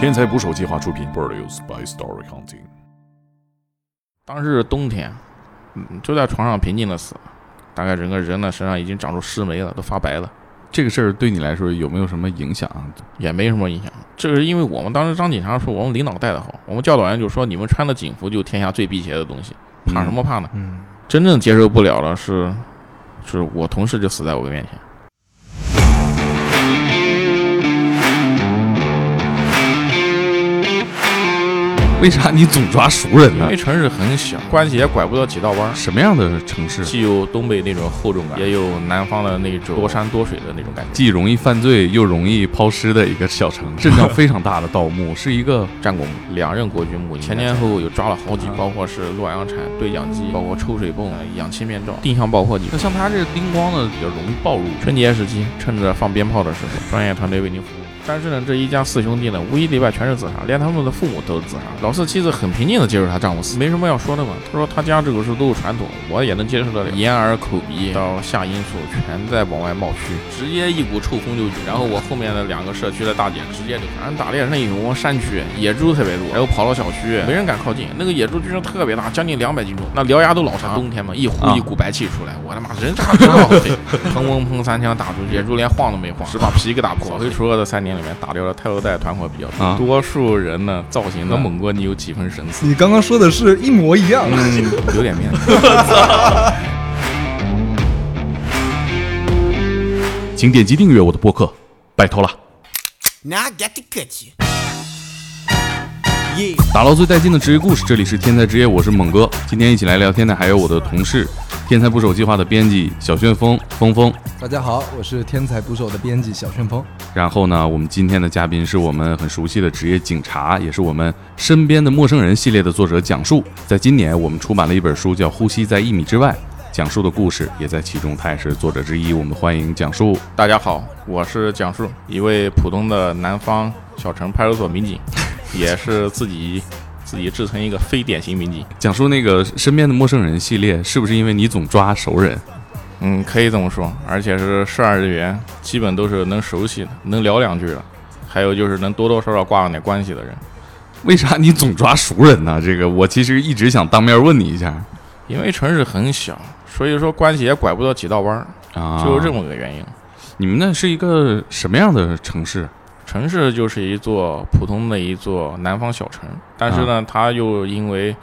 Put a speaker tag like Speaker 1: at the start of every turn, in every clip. Speaker 1: 天才捕手计划出品，Produced by Story Hunting。
Speaker 2: 当时是冬天，嗯，就在床上平静的死，大概整个人呢身上已经长出湿霉了，都发白了，
Speaker 3: 这个事儿对你来说有没有什么影响啊？
Speaker 2: 也没什么影响。这个是因为我们当时当警察说我们领导带的好，我们教导员就说你们穿的警服就天下最辟邪的东西，怕什么怕呢？
Speaker 4: 嗯，
Speaker 2: 真正接受不了的是，是我同事就死在我面前。
Speaker 3: 为啥你总抓熟人
Speaker 2: 因
Speaker 3: 呢
Speaker 2: 为？城市很小，关系也拐不到几道弯儿，
Speaker 3: 什么样的城市
Speaker 2: 既有东北那种厚重感，也有南方的那种多山多水的那种感觉。
Speaker 3: 既容易犯罪又容易抛尸的一个 小城，镇上非常大的盗墓，是一个
Speaker 2: 战果墓两任国军墓，前前后后有抓了好几，包括是洛阳铲、对讲机，包括抽水泵、嗯哎氧气面罩、定向爆破机。
Speaker 3: 那像他这个叮咣的比较容易暴露。
Speaker 2: 春节时期，趁着放鞭炮的时候，专业团队为您服务。但是呢，这一家四兄弟呢，无一例外全是自杀，连他们的父母都是自杀。老四妻子很平静地接受她丈夫死，没什么要说的嘛。她说她家这个事都有传统，我也能接受得了。眼耳口鼻到下阴处全在往外冒虚，直接一股臭风就。然后我后面的两个社区的大姐直接就，反正打猎那一种山区野猪特别多，然后跑到小区，没人敢靠近。那个野猪居然特别大，将近两百斤重，那獠牙都老长。冬天嘛，一呼
Speaker 3: 啊
Speaker 2: 一股白气出来，我他妈人炸真 浪费。砰砰砰三枪打出去，野猪连晃都没晃，只把皮给打破。扫黑除恶的三年里面，打掉了泰罗代团伙比较多，
Speaker 3: 啊
Speaker 2: 多数人呢造型和猛哥你有几分神似，
Speaker 4: 你刚刚说的是一模一样。
Speaker 2: 嗯，有点面子。
Speaker 1: 请点击订阅我的播客，拜托了。
Speaker 5: Now I got to cut you.
Speaker 3: 打捞最带劲的职业故事，这里是天才职业，我是猛哥。今天一起来聊天的还有我的同事，天才捕手计划的编辑小旋风峰峰。
Speaker 4: 大家好，我是天才捕手的编辑小旋风。
Speaker 3: 然后呢，我们今天的嘉宾是我们很熟悉的职业警察，也是我们身边的陌生人系列的作者讲述。在今年，我们出版了一本书，叫《呼吸在一米之外》，讲述的故事也在其中，他也是作者之一。我们欢迎讲述。
Speaker 2: 大家好，我是讲述一位普通的南方小城派出所民警，也是自己自己制成一个非典型民警。
Speaker 3: 讲述那个身边的陌生人系列，是不是因为你总抓熟人？
Speaker 2: 嗯，可以这么说，而且是涉案人员基本都是能熟悉的，能聊两句的，还有就是能多多少少挂上点关系的人。
Speaker 3: 为啥你总抓熟人呢？这个我其实一直想当面问你一下
Speaker 2: 因为城市很小，所以说关系也拐不到几道弯儿，
Speaker 3: 啊，
Speaker 2: 就是这么个原因。
Speaker 3: 你们那是一个什么样的城市？
Speaker 2: 城市就是一座普通的一座南方小城，但是呢，它又因为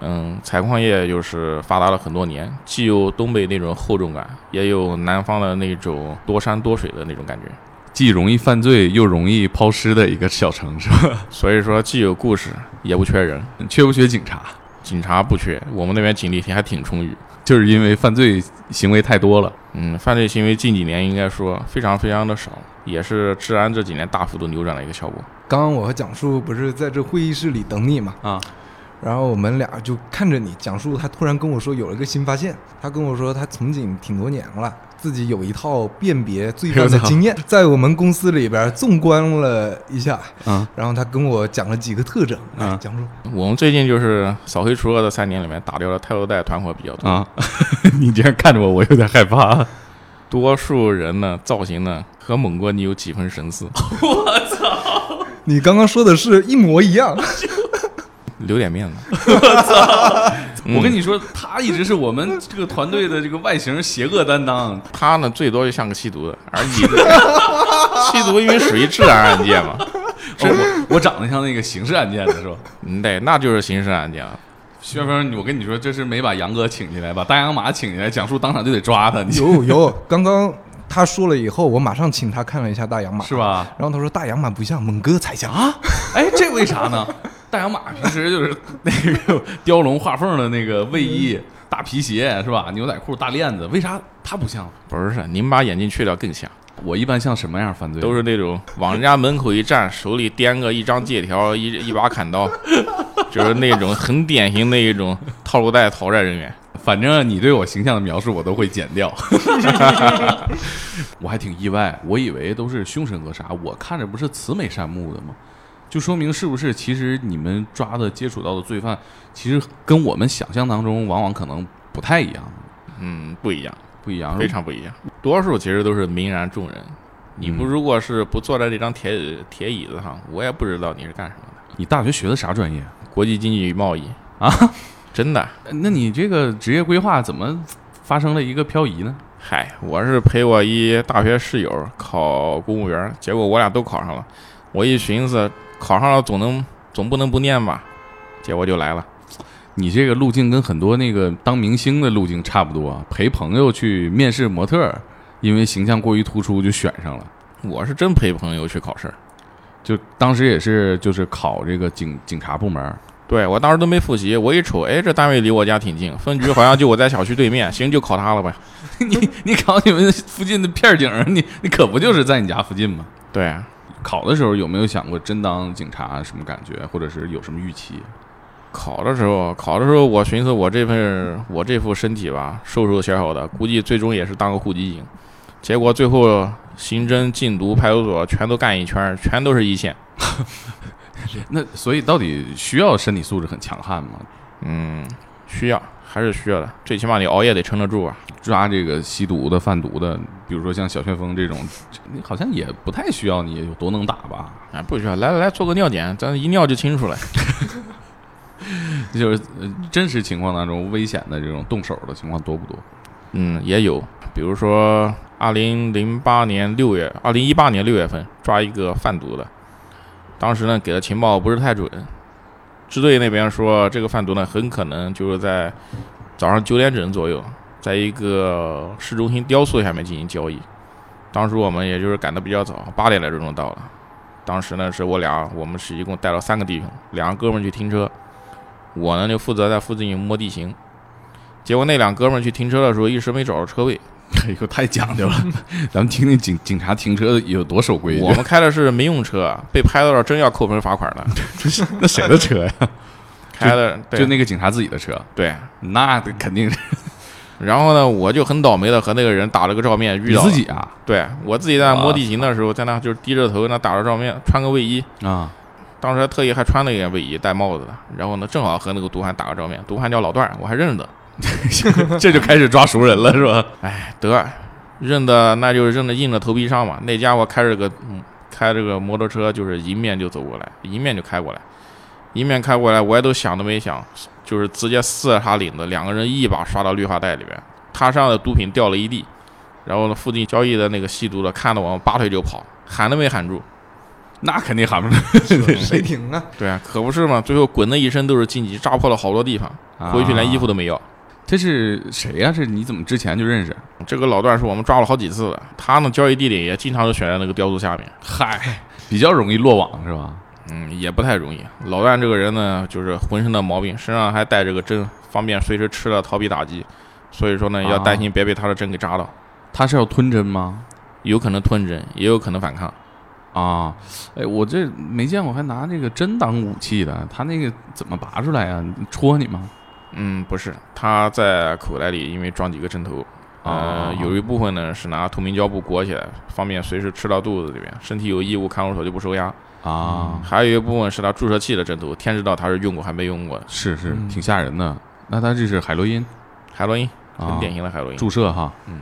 Speaker 2: 嗯采矿业又是发达了很多年，既有东北那种厚重感，也有南方的那种多山多水的那种感觉。
Speaker 3: 既容易犯罪又容易抛尸的一个小城市，
Speaker 2: 所以说，既有故事，也不缺人，
Speaker 3: 缺不缺警察？
Speaker 2: 警察不缺，我们那边警力还挺充裕。
Speaker 3: 就是因为犯罪行为太多了。
Speaker 2: 嗯，犯罪行为近几年应该说非常非常的少，也是治安这几年大幅度扭转了一个效果。
Speaker 4: 刚刚我和蒋叔不是在这会议室里等你嘛？
Speaker 3: 啊，
Speaker 4: 然后我们俩就看着你，蒋叔他突然跟我说有了一个新发现，他跟我说他从警挺多年了，自己有一套辨别罪犯的经验，在我们公司里边纵观了一下，
Speaker 3: 嗯，
Speaker 4: 然后他跟我讲了几个特征，
Speaker 3: 嗯
Speaker 4: 哎蒋叔，
Speaker 2: 我们最近就是扫黑除恶的三年里面，打掉了泰罗代团伙比较多。
Speaker 3: 啊！ 你这样看着我，我有点害怕。
Speaker 2: 多数人呢，造型呢和猛哥你有几分神似，
Speaker 4: 你刚刚说的是一模一样，
Speaker 2: 留点面子。
Speaker 3: 我跟你说，他一直是我们这个团队的这个外形邪恶担当。
Speaker 2: 他呢最多就像个吸毒的，而你吸毒因为属于治安案件嘛，
Speaker 3: 哦、我我长得像那个刑事案件的是吧？
Speaker 2: 嗯对，那就是刑事案件了。
Speaker 3: 薛峰，我跟你说，这是没把杨哥请进来，把大洋马请进来，讲述当场就得抓他，你
Speaker 4: 有有，刚刚他说了以后，我马上请他看了一下大洋 马，
Speaker 3: 是？吧？
Speaker 4: 然后他说大洋马不像，猛哥才像 啊，
Speaker 3: 哎，这为啥呢？大洋马平时就是那个 雕龙画凤的那个卫衣、大皮鞋是吧？牛仔裤、大链子，为啥他不像？
Speaker 2: 不是，您把眼镜去掉更像，
Speaker 3: 我一般像什么样犯罪？
Speaker 2: 都是那种往人家门口一站，手里掂个一张借条，一一把砍刀， 就是那种很典型的一种套路贷讨债人员。
Speaker 3: 反正你对我形象的描述我都会剪掉。 我还挺意外，我以为都是凶神恶煞，我看着不是慈眉善目的吗？就说明是不是其实你们抓的接触到的罪犯，其实跟我们想象当中往往可能不太一样，
Speaker 2: 嗯，不一样。
Speaker 3: 不一样。
Speaker 2: 非常不一样。多数其实都是泯然众人，你不如果是不坐在这张铁铁椅子上，我也不知道你是干什么的。
Speaker 3: 你大学学的啥专业
Speaker 2: 国际经济与贸易，
Speaker 3: 啊？
Speaker 2: 真的，
Speaker 3: 那你这个职业规划怎么发生了一个漂移呢？
Speaker 2: 嗨，我是陪我一大学室友考公务员，结果我俩都考上了。我一寻思，考上了总能总不能不念吧，结果就来了。
Speaker 3: 你这个路径跟很多那个当明星的路径差不多啊，陪朋友去面试模特儿，因为形象过于突出就选上了。
Speaker 2: 我是真陪朋友去考试，
Speaker 3: 就当时也是就是考这个警警察部门儿，
Speaker 2: 对我当时都没复习，我一瞅，哎，这单位离我家挺近，分局好像就我在小区对面，行，就考它了呗。
Speaker 3: 你你考你们附近的片儿警儿，你你可不就是在你家附近吗？
Speaker 2: 对啊，
Speaker 3: 考的时候有没有想过真当警察什么感觉，或者是有什么预期？
Speaker 2: 考的时候，考的时候，我寻思我这份我这副身体吧，瘦瘦小小的，估计最终也是当个户籍警。结果最后刑侦、禁毒、派出所全都干一圈儿，全都是一线。
Speaker 3: 那所以到底需要身体素质很强悍吗？
Speaker 2: 嗯，需要还是需要的，最起码你熬夜得撑得住啊。
Speaker 3: 抓这个吸毒的、贩毒的，比如说像小旋风这种，你好像也不太需要你有多能打吧？
Speaker 2: 啊，不需要，来来来，做个尿检，咱一尿就清楚了。
Speaker 3: 就是呃真实情况当中危险的这种动手的情况多不多？
Speaker 2: 嗯，也有，比如说二零零八年六月，二零一八年六月份抓一个贩毒的，当时呢给的情报不是太准，支队那边说这个贩毒呢很可能就是在早上九点整左右，在一个市中心雕塑下面进行交易。当时我们也就是赶得比较早，八点来钟就到了。当时呢是我俩，我们是一共带了三个弟兄，两个哥们儿去停车，我呢就负责在附近摸地形。结果那两哥们儿去停车的时候，一时没找着车位。
Speaker 3: 哎呦，太讲究了！咱们听听警警察停车有多守规矩
Speaker 2: 我。们开的是民用车，被拍到了真要扣分罚款 的。
Speaker 3: 那谁的车呀？
Speaker 2: 开的对
Speaker 3: 就那个警察自己的车，
Speaker 2: 对。
Speaker 3: 那肯定是
Speaker 2: 然后呢，我就很倒霉的和那个人打了个照面，遇
Speaker 3: 你
Speaker 2: 到了
Speaker 3: 自己。啊
Speaker 2: 对我自己在那摸地形的时候，在那就是低着头，那打着照面，穿个卫衣。
Speaker 3: 啊！
Speaker 2: 当时还特意还穿了一件卫衣，戴帽子的。然后呢，正好和那个毒贩打个照面，毒贩叫老段儿，我还认得。
Speaker 3: 这就开始抓熟人了，是吧？
Speaker 2: 哎，得认得那就认得硬着头皮上嘛。那家伙开着个、嗯、开着个摩托车，就是迎面就走过来，迎面就开过来，迎面开过来，我也都想都没想，就是直接撕了他领子，两个人一把刷到绿化带里边，他身上的毒品掉了一地。然后呢，附近交易的那个吸毒的看到我们拔腿就跑，喊都没喊住。
Speaker 3: 那肯定喊不上。
Speaker 4: 谁停啊？
Speaker 2: 对啊，可不是嘛，最后滚的一身都是荆棘，扎破了好多地方，回去连衣服都没要。
Speaker 3: 啊这是谁呀、这你怎么之前就认识？
Speaker 2: 这个老段是我们抓了好几次的，他呢交易地点也经常是选在那个雕塑下面。
Speaker 3: 嗨， 比较容易落网是吧？
Speaker 2: 嗯，也不太容易。老段这个人呢，就是浑身的毛病，身上还带着个针，方便随时吃了逃避打击。所以说呢，
Speaker 3: 啊
Speaker 2: 要担心别被他的针给扎到，
Speaker 3: 他是要吞针吗？
Speaker 2: 有可能吞针，也有可能反抗。
Speaker 3: 啊，哎，我这没见过还拿这个针当武器的，他那个怎么拔出来呀、戳你吗？
Speaker 2: 嗯，不是，他在口袋里因为装几个针头，呃
Speaker 3: 啊，
Speaker 2: 有一部分呢是拿透明胶布裹起来，方便随时吃到肚子里面。身体有异物，看守所就不收押。
Speaker 3: 啊，
Speaker 2: 还有一部分是他注射器的针头，天知道他是用过还没用过的。
Speaker 3: 是是，
Speaker 4: 嗯
Speaker 3: 挺吓人的。那他这是海洛因
Speaker 2: 海洛因，
Speaker 3: 啊
Speaker 2: 很，典型的海洛因。
Speaker 3: 注射哈。
Speaker 2: 嗯，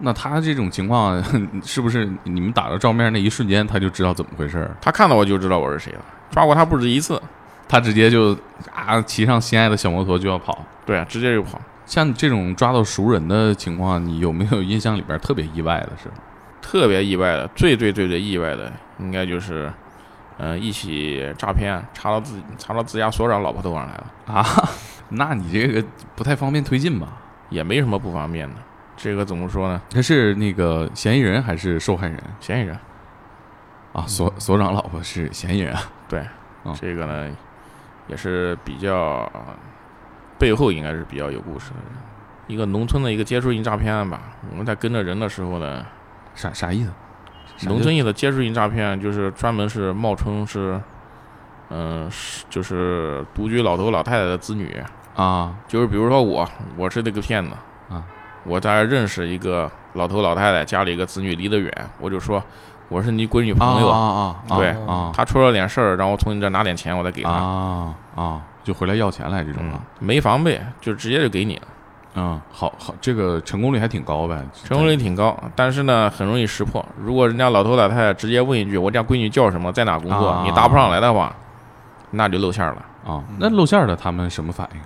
Speaker 3: 那他这种情况 是不是你们打到照面那一瞬间他就知道怎么回事儿？
Speaker 2: 他看到我就知道我是谁了，抓过他不止一次。
Speaker 3: 他直接就啊骑上心爱的小摩托就要跑。
Speaker 2: 对，啊直接就跑。
Speaker 3: 像这种抓到熟人的情况，你有没有印象里边特别意外的事？
Speaker 2: 特别意外的，最最最最意外的，应该就是，嗯、一起诈骗案查到自己查到自家所长老婆头上来了，
Speaker 3: 啊，那你这个不太方便推进吧？
Speaker 2: 也没什么不方便的。这个怎么说呢？
Speaker 3: 他是那个嫌疑人还是受害人
Speaker 2: 嫌疑人，
Speaker 3: 啊？所所长老婆是嫌疑人啊，
Speaker 2: 对，
Speaker 3: 哦
Speaker 2: 这个呢，也是比较背后应该是比较有故事的人。一个农村的一个接触性诈骗案吧，我们在跟着人的时候呢，
Speaker 3: 啥啥意思？啥
Speaker 2: 农
Speaker 3: 叫
Speaker 2: 村里的接触性诈骗就是专门是冒充是，嗯、是就是独居老头老太太的子女，
Speaker 3: 啊
Speaker 2: 就是比如说我，我是那个骗子
Speaker 3: 啊，
Speaker 2: 我在认识一个老头老太太，家里一个子女离得远，我就说我是你闺女朋友，
Speaker 3: 啊啊啊！
Speaker 2: 对
Speaker 3: 啊
Speaker 2: 她出了点事儿，让我从你这拿点钱，我再给她，
Speaker 3: 啊啊，就回来要钱来这种
Speaker 2: 嗯
Speaker 3: 啊，
Speaker 2: 没防备，就直接就给你了。
Speaker 3: 嗯，好好，这个成功率还挺高呗，
Speaker 2: 成功率挺高，但是呢，很容易识破。如果人家老头老太太直接问一句“我家闺女叫什么，在哪工作”，
Speaker 3: 啊
Speaker 2: 你答不上来的话，那就露馅儿了。
Speaker 3: 啊。那露馅儿的他们什么反应？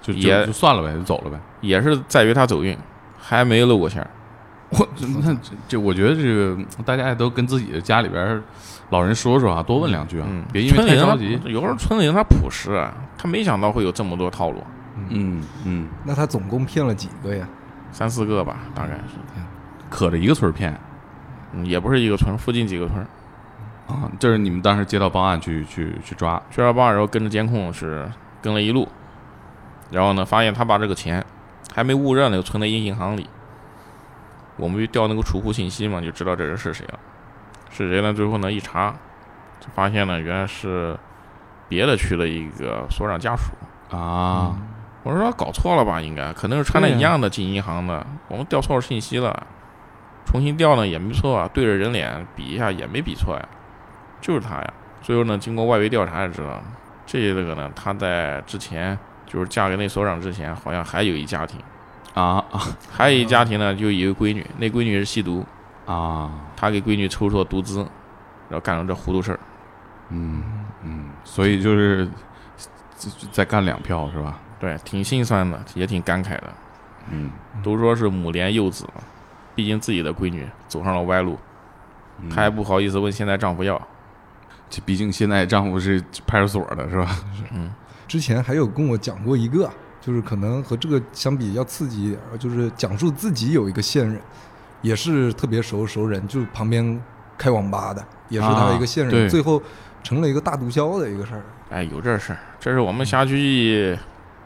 Speaker 3: 就就
Speaker 2: 也
Speaker 3: 就算了呗，就走了呗。
Speaker 2: 也是在于他走运，还没露过馅儿。
Speaker 3: 我那这这，我觉得这个大家也都跟自己的家里边儿老人说说啊，多问两句啊，
Speaker 2: 嗯，
Speaker 3: 别因为
Speaker 2: 村
Speaker 3: 太
Speaker 2: 里人
Speaker 3: 着
Speaker 2: 他
Speaker 3: 急。
Speaker 2: 有时候村里人他朴实啊，他没想到会有这么多套路，
Speaker 3: 嗯嗯，
Speaker 4: 那他总共骗了几个呀？
Speaker 2: 三四个吧，大概是，
Speaker 3: 可着一个村儿骗
Speaker 2: 嗯也不是一个村，附近几个村。
Speaker 3: 啊，这是你们当时接到报案去去去抓
Speaker 2: 薛二八然后跟着监控是跟了一路，然后呢，发现他把这个钱还没误认呢，就存在一银行里。我们去调那个储户信息嘛，就知道这人是谁了。是谁呢？最后呢一查，就发现呢原来是别的区的一个所长家属。
Speaker 3: 啊，
Speaker 2: 我说搞错了吧，应该可能是穿的一样的进银行的，我们调错了信息了，重新调呢也没错啊，对着人脸比一下也没比错呀，就是他呀。最后呢，经过外围调查也知道，这这个呢，他在之前就是嫁给那所长之前，好像还有一家庭，
Speaker 3: 啊啊
Speaker 2: 还有一家庭呢，就有一个闺女，那闺女是吸毒，
Speaker 3: 啊，
Speaker 2: 他给闺女抽出了毒资，然后干了这糊涂事儿。
Speaker 3: 嗯嗯，所以就是就就再干两票是吧？
Speaker 2: 对，挺心酸的，也挺感慨的。
Speaker 3: 嗯，
Speaker 2: 都说是母怜幼子嘛，毕竟自己的闺女走上了歪路，
Speaker 3: 嗯
Speaker 2: 她还不好意思问现在丈夫要。
Speaker 3: 这毕竟现在丈夫是派出所的是吧？
Speaker 4: 之前还有跟我讲过一个，就是可能和这个相比要刺激一点儿，就是讲述自己有一个线人，也是特别熟熟人，就是旁边开网吧的，也是他的一个线
Speaker 3: 啊
Speaker 4: 人，
Speaker 3: 对
Speaker 4: 最后成了一个大毒枭的一个事儿。
Speaker 2: 哎，有这事儿，这是我们辖区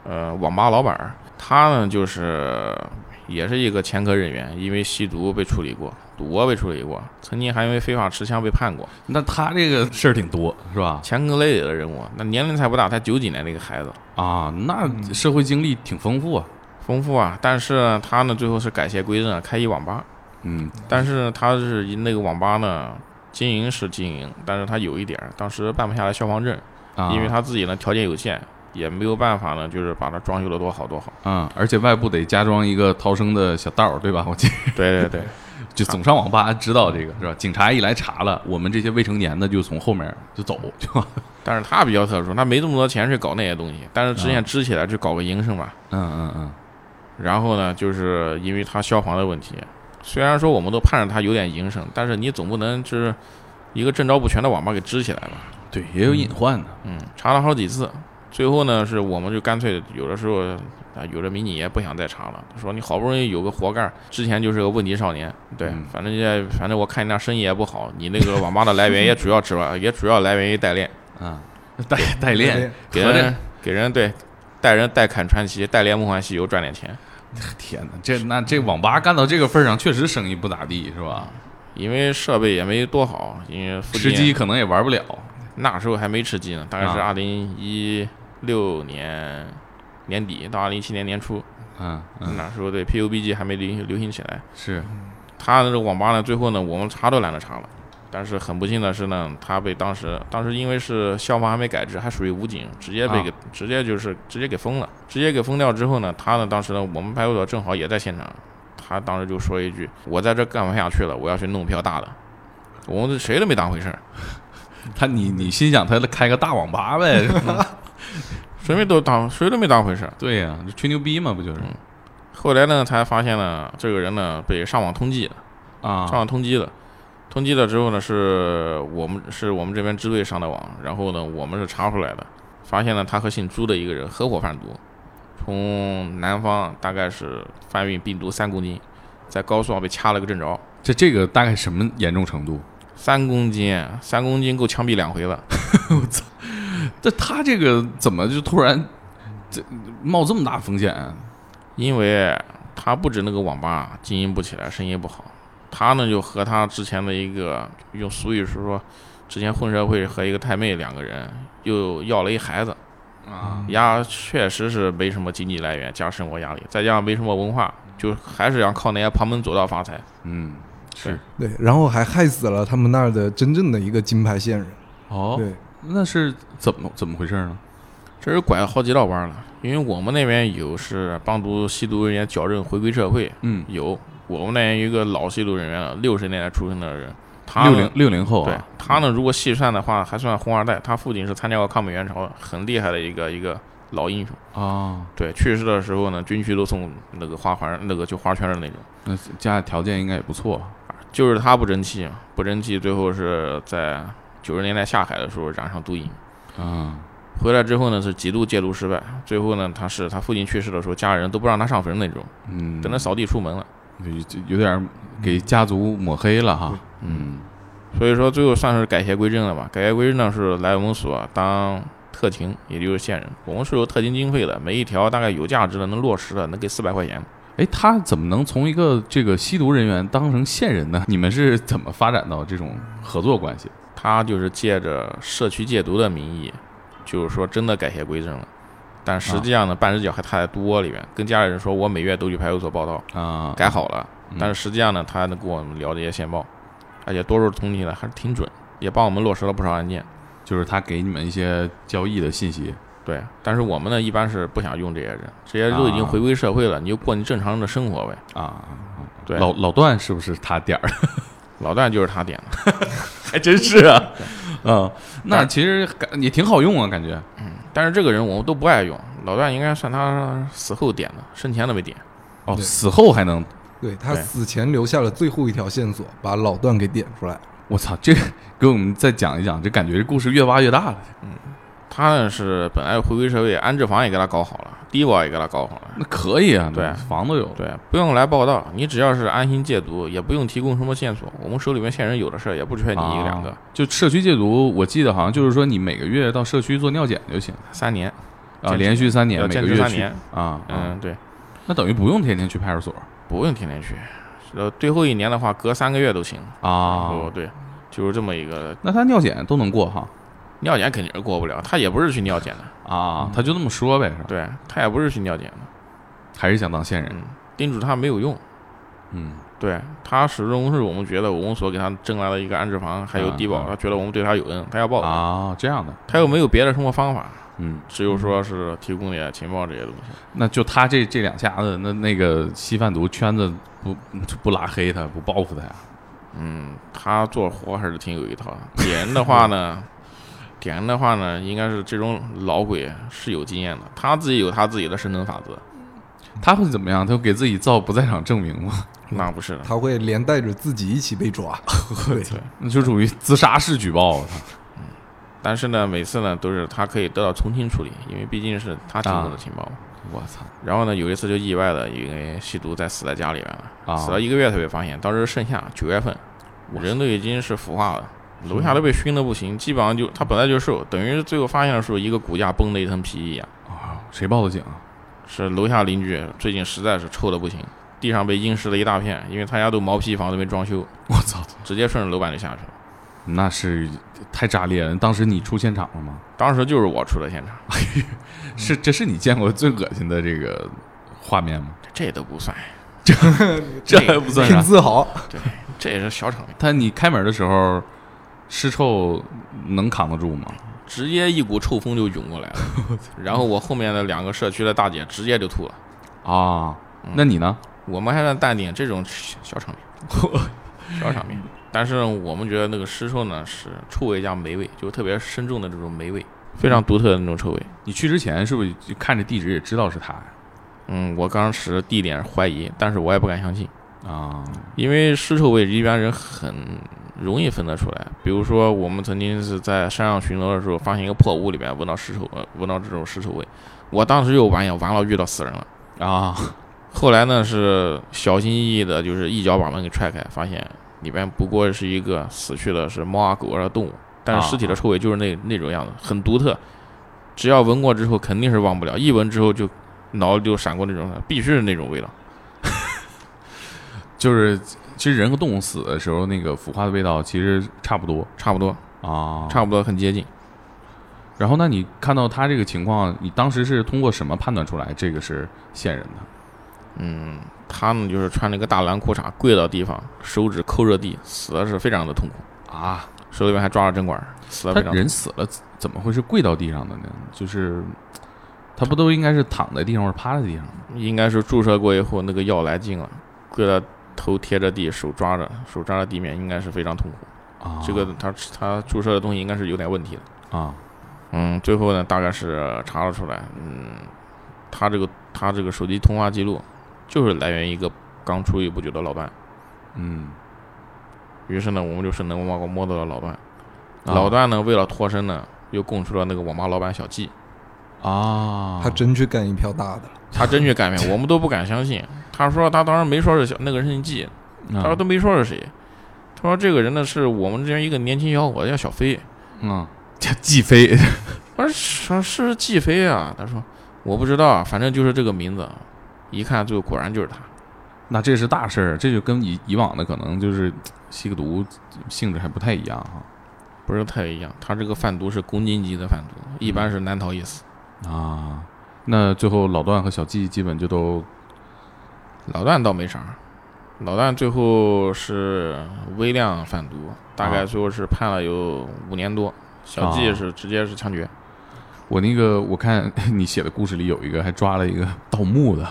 Speaker 2: 呃网吧老板儿，他呢就是也是一个前科人员，因为吸毒被处理过，赌博被处理过，曾经还因为非法持枪被判过，
Speaker 3: 那他这个事儿挺多是吧？
Speaker 2: 前科累累的人物。那年龄才不大，才九几年那个孩子，
Speaker 3: 啊，那社会经历挺丰富啊。
Speaker 2: 丰富啊。但是呢，他呢最后是改邪归正，啊开一网吧。
Speaker 3: 嗯
Speaker 2: 但是呢，他是那个网吧呢，经营是经营，但是他有一点儿，当时办不下来消防证，
Speaker 3: 啊，
Speaker 2: 因为他自己呢条件有限，也没有办法呢，就是把它装修的多好多好。
Speaker 3: 嗯，而且外部得加装一个逃生的小道儿，对吧？我记
Speaker 2: 对对对，
Speaker 3: 就总上网吧知道这个是吧？警察一来查了，我们这些未成年的就从后面就走，就
Speaker 2: 但是他比较特殊，他没这么多钱去搞那些东西，但是之前支起来去搞个营生吧。
Speaker 3: 嗯嗯嗯
Speaker 2: 然后呢，就是因为他消防的问题，虽然说我们都盼着他有点营生，但是你总不能就是一个正招不全的网吧给支起来吧。
Speaker 3: 嗯，对，也有隐患呢。
Speaker 2: 嗯，查了好几次，最后呢，是我们就干脆有的时候啊，有的民警也不想再查了，说你好不容易有个活干儿，之前就是个问题少年，对，
Speaker 3: 嗯
Speaker 2: 反正也反正我看你那生意也不好，你那个网吧的来源也主要指望也主要来源于代练，
Speaker 3: 嗯，代代练，
Speaker 2: 给
Speaker 3: 合着
Speaker 2: 人给人对。带人代砍传奇，代练梦幻西游赚点钱，
Speaker 3: 天哪，这那这网吧干到这个份儿上，确实生意不咋地，是吧？
Speaker 2: 因为设备也没多好，因为附
Speaker 3: 吃
Speaker 2: 近
Speaker 3: 鸡可能也玩不了
Speaker 2: 那时候还没吃鸡呢，大概是
Speaker 3: 啊
Speaker 2: 二零一六年年底到二零一七年年初，
Speaker 3: 嗯嗯，
Speaker 2: 那时候对 PUBG 还没流行流行起来，
Speaker 3: 是
Speaker 2: 他的这个网吧呢，最后呢，我们查都懒得查了。但是很不幸的是呢，他被当时当时因为是消防还没改制，还属于武警，直接被
Speaker 3: 啊
Speaker 2: 给、直接就是直接给封了。直接给封掉之后呢，他呢当时呢，我们派出所正好也在现场，他当时就说一句：“我在这干不下去了，我要去弄票大的。”我们谁都没当回事儿，
Speaker 3: 他你你心想他开个大网吧 呗？是吧
Speaker 2: 谁没都当谁都没当回事儿。
Speaker 3: 对呀，这吹牛逼嘛，不就是
Speaker 2: 嗯后来呢，才发现呢，这个人呢被上网通缉了。上
Speaker 3: 啊？
Speaker 2: 网通缉了，通缉了之后呢，是我们是我们这边支队上的网，然后呢，我们是查出来的，发现了他和姓朱的一个人合伙贩毒，从南方大概是贩运病毒三公斤，在高速上被掐了个正着，
Speaker 3: 这这个大概什么严重程度？
Speaker 2: 三公斤，三公斤够枪毙两回了。
Speaker 3: 这他这个怎么就突然这冒这么大风险啊？
Speaker 2: 因为他不止那个网吧经营不起来，生意不好，他呢就和他之前的一个用俗语是说，之前混社会和一个太妹两个人又要了一孩子，
Speaker 3: 啊，
Speaker 2: 压确实是没什么经济来源加生活压力，再加上没什么文化，就还是要靠那些旁门左道发财。
Speaker 3: 嗯，是
Speaker 2: 对
Speaker 4: 对，然后还害死了他们那儿的真正的一个金牌线人。
Speaker 3: 哦，
Speaker 4: 对，
Speaker 3: 那是怎么怎么回事呢？
Speaker 2: 这人拐了好几道弯了，因为我们那边有是帮助吸毒人员矫正回归社会，
Speaker 3: 嗯，
Speaker 2: 有我们那边有一个老吸毒人员了，六十年代出生的人，他呢
Speaker 3: 六零六零后
Speaker 2: 对
Speaker 3: 啊，
Speaker 2: 他呢，如果细算的话，还算红二代。他父亲是参加过抗美援朝，很厉害的一个一个老英雄。
Speaker 3: 啊，
Speaker 2: 对，去世的时候呢，军区都送那个花环，那个就花圈的那种。
Speaker 3: 那家里条件应该也不错吧，
Speaker 2: 就是他不争气嘛，不争气，最后是在九十年代下海的时候染上毒瘾，
Speaker 3: 啊，
Speaker 2: 回来之后呢是极度戒毒失败，最后呢他是他父亲去世的时候，家人都不让他上坟那种，
Speaker 3: 嗯，
Speaker 2: 等他嗯扫地出门了。
Speaker 3: 有有点给家族抹黑了哈，嗯，
Speaker 2: 所以说最后算是改邪归正了吧。改邪归正呢是来我们所当特勤，也就是线人，我们是有特勤经费的，每一条大概有价值的、能落实的，能给四百块钱。
Speaker 3: 哎，他怎么能从一个这个吸毒人员当成线人呢？你们是怎么发展到这种合作关系？
Speaker 2: 他就是借着社区戒毒的名义，就是说真的改邪归正了。但实际上呢，半只脚还踏在毒窝里面，跟家里人说我每月都去派出所报道，
Speaker 3: 啊，
Speaker 2: 改好了
Speaker 3: 嗯。
Speaker 2: 但是实际上呢，他还能跟我们聊这些线报，而且多数统计呢还是挺准，也帮我们落实了不少案件。
Speaker 3: 就是他给你们一些交易的信息，
Speaker 2: 对，啊但是我们呢，一般是不想用这些人，这些人都已经回归社会了，你就过你正常人的生活呗。
Speaker 3: 啊，
Speaker 2: 对，
Speaker 3: 老老段是不是他点 儿？
Speaker 2: 老段就是他点的，
Speaker 3: 还真是啊，嗯，那其实感也挺好用啊，感觉
Speaker 2: 但是这个人我们都不爱用，老段应该算他死后点的，生前都没点。
Speaker 3: 哦，
Speaker 4: 对
Speaker 3: 死后还能，
Speaker 4: 对他
Speaker 2: 对
Speaker 4: 死前留下了最后一条线索，把老段给点出来。
Speaker 3: 我操，这个给我们再讲一讲，这感觉这故事越挖越大了，
Speaker 2: 他呢是本来回归社会，安置房也给他搞好了，低保也给他搞好了。
Speaker 3: 那可以啊，
Speaker 2: 对
Speaker 3: 房都有了，
Speaker 2: 对，不用来报道，你只要是安心戒毒，也不用提供什么线索，我们手里面线人有的是，也不缺你一个两个
Speaker 3: 啊。就社区戒毒，我记得好像就是说你每个月到社区做尿检就行
Speaker 2: 三年，坚
Speaker 3: 啊，
Speaker 2: 持
Speaker 3: 连续三年，
Speaker 2: 要
Speaker 3: 每
Speaker 2: 坚
Speaker 3: 个
Speaker 2: 持
Speaker 3: 月
Speaker 2: 三
Speaker 3: 去
Speaker 2: 年
Speaker 3: 啊，啊，
Speaker 2: 嗯，对，
Speaker 3: 那等于不用天天去派出所
Speaker 2: 不用天天去，呃，最后一年的话，隔三个月都行。哦
Speaker 3: 啊，，
Speaker 2: 对，就是这么一个
Speaker 3: 那他尿检都能过哈
Speaker 2: 尿检肯定是过不了，他也不是去尿检的，嗯
Speaker 3: 啊，他就那么说呗，是吧？
Speaker 2: 对他也不是去尿检的，
Speaker 3: 还是想当线人，
Speaker 2: 嗯，叮嘱他没有用，
Speaker 3: 嗯，
Speaker 2: 对他始终是我们觉得我们所给他争来了一个安置房，还有低保
Speaker 3: 嗯，
Speaker 2: 他觉得我们对他有恩，他要报恩，
Speaker 3: 啊，这样的，
Speaker 2: 他又没有别的生活方法，
Speaker 3: 嗯，
Speaker 2: 只有说是提供点情报这些东西，
Speaker 3: 那就他这这两下子，那那个吸贩毒圈子不就不拉黑他，不报复他呀？
Speaker 2: 嗯，他做活还是挺有一套的，点人的话呢。 点人的话呢，应该是这种老鬼是有经验的，他自己有他自己的生存法则，
Speaker 3: 他会怎么样？他会给自己造不在场证明吗？
Speaker 2: 那不是的，
Speaker 4: 他会连带着自己一起 被抓。对，
Speaker 3: 那就属于自杀式举报啊
Speaker 2: 但是呢，每次呢都是他可以得到从轻处理，因为毕竟是他提
Speaker 3: 啊
Speaker 2: 供的情报嘛。
Speaker 3: 他！我操
Speaker 2: 然后呢，有一次就意外的因为吸毒在死在家里边了，
Speaker 3: 啊！
Speaker 2: 死了一个月才被发现。当时盛夏九月份，人都已经是腐化了，楼下都被熏得不行，基本上就他本来就瘦，等于是最后发现的时候，一个骨架崩的一层皮一样。
Speaker 3: 啊谁报的警啊？
Speaker 2: 是楼下邻居最近实在是臭的不行，地上被阴湿了一大片，因为他家都毛坯房都没装修，
Speaker 3: 我操！
Speaker 2: 直接顺着楼板就下去了。
Speaker 3: 那是太炸裂了！当时你出现场了吗？
Speaker 2: 当时就是我出了现场，
Speaker 3: 是，这是你见过最恶心的这个画面吗？
Speaker 2: 这都不算，
Speaker 3: 这
Speaker 2: 这
Speaker 3: 还不算啊
Speaker 4: 挺
Speaker 3: 啥。
Speaker 4: 自豪。
Speaker 2: 这也是小场面。
Speaker 3: 他你开门的时候，尸臭能扛得住吗？
Speaker 2: 直接一股臭风就涌过来了，然后我后面的两个社区的大姐直接就吐了。
Speaker 3: 啊，那你呢？
Speaker 2: 我们还算淡定，这种小场面，小场面。但是我们觉得那个尸臭呢是臭味加霉味，就特别深重的这种霉味，非常独特的那种臭味。
Speaker 3: 你去之前是不是就看着地址也知道是他呀？
Speaker 2: 嗯，我当时地点怀疑，但是我也不敢相信，
Speaker 3: 啊，
Speaker 2: 因为尸臭味一般人很容易分得出来。比如说，我们曾经是在山上巡逻的时候，发现一个破屋里面闻到尸臭，呃闻到这种尸臭味，我当时就完呀，完了，遇到死人了。
Speaker 3: 啊，
Speaker 2: 后来呢，是小心翼翼的，就是一脚把门给踹开，发现里边不过是一个死去的是猫啊狗啊的动物，但是尸体的臭味就是那那种样子，很独特。只要闻过之后，肯定是忘不了，一闻之后就脑里就闪过那种，必须是那种味道。
Speaker 3: 就是其实人和动物死的时候，那个腐化的味道其实差不多
Speaker 2: 差不多，
Speaker 3: 啊。
Speaker 2: 差不多很接近。
Speaker 3: 然后，那你看到他这个情况，你当时是通过什么判断出来这个是线人的？
Speaker 2: 嗯，他呢就是穿了一个大蓝裤衩，跪到地方，手指抠着地，死的是非常的痛苦。
Speaker 3: 啊，
Speaker 2: 手里面还抓着针管，死了
Speaker 3: 他
Speaker 2: 非常
Speaker 3: 人死了，怎么会是跪到地上的呢？就是他不都应该是躺在地上或者趴在地上吗？
Speaker 2: 应该是注射过以后那个药来劲了，跪在头贴着地，手抓着手抓着地面，应该是非常痛苦。
Speaker 3: 啊，
Speaker 2: 这个他他注射的东西应该是有点问题的。
Speaker 3: 啊，
Speaker 2: 嗯，最后呢，大概是查了出来，嗯，他这个他这个手机通话记录就是来源于一个刚出狱不久的老伴。
Speaker 3: 嗯，
Speaker 2: 于是呢，我们就顺藤摸瓜摸到了老伴。
Speaker 3: 啊
Speaker 2: 老段呢，为了脱身呢，又供出了那个网吧老板小季，
Speaker 3: 啊，
Speaker 4: 他真去干一票大的了。
Speaker 2: 他真去改变，我们都不敢相信。他说他当时没说是小那个人姓季，
Speaker 3: 嗯
Speaker 2: 他
Speaker 3: 啊
Speaker 2: 说都没说是谁，他说这个人呢是我们这边一个年轻小伙子叫小飞，
Speaker 3: 嗯，这季飞
Speaker 2: 我说是是季飞啊，他说我不知道啊，反正就是这个名字，一看就果然就是他。
Speaker 3: 那这是大事儿，这就跟以以往的可能就是吸个毒性质还不太一样哈。
Speaker 2: 不是太一样，他这个贩毒是公斤级的贩毒，一般是难逃一死。
Speaker 3: 啊，那最后老段和小季基本就都
Speaker 2: 老段倒没啥，老段最后是微量贩毒，大概
Speaker 3: 啊
Speaker 2: 最后是判了有五年多。小季
Speaker 3: 啊
Speaker 2: 是直接是枪决，
Speaker 3: 我那个我看 你写的故事里有一个还抓了一个盗墓的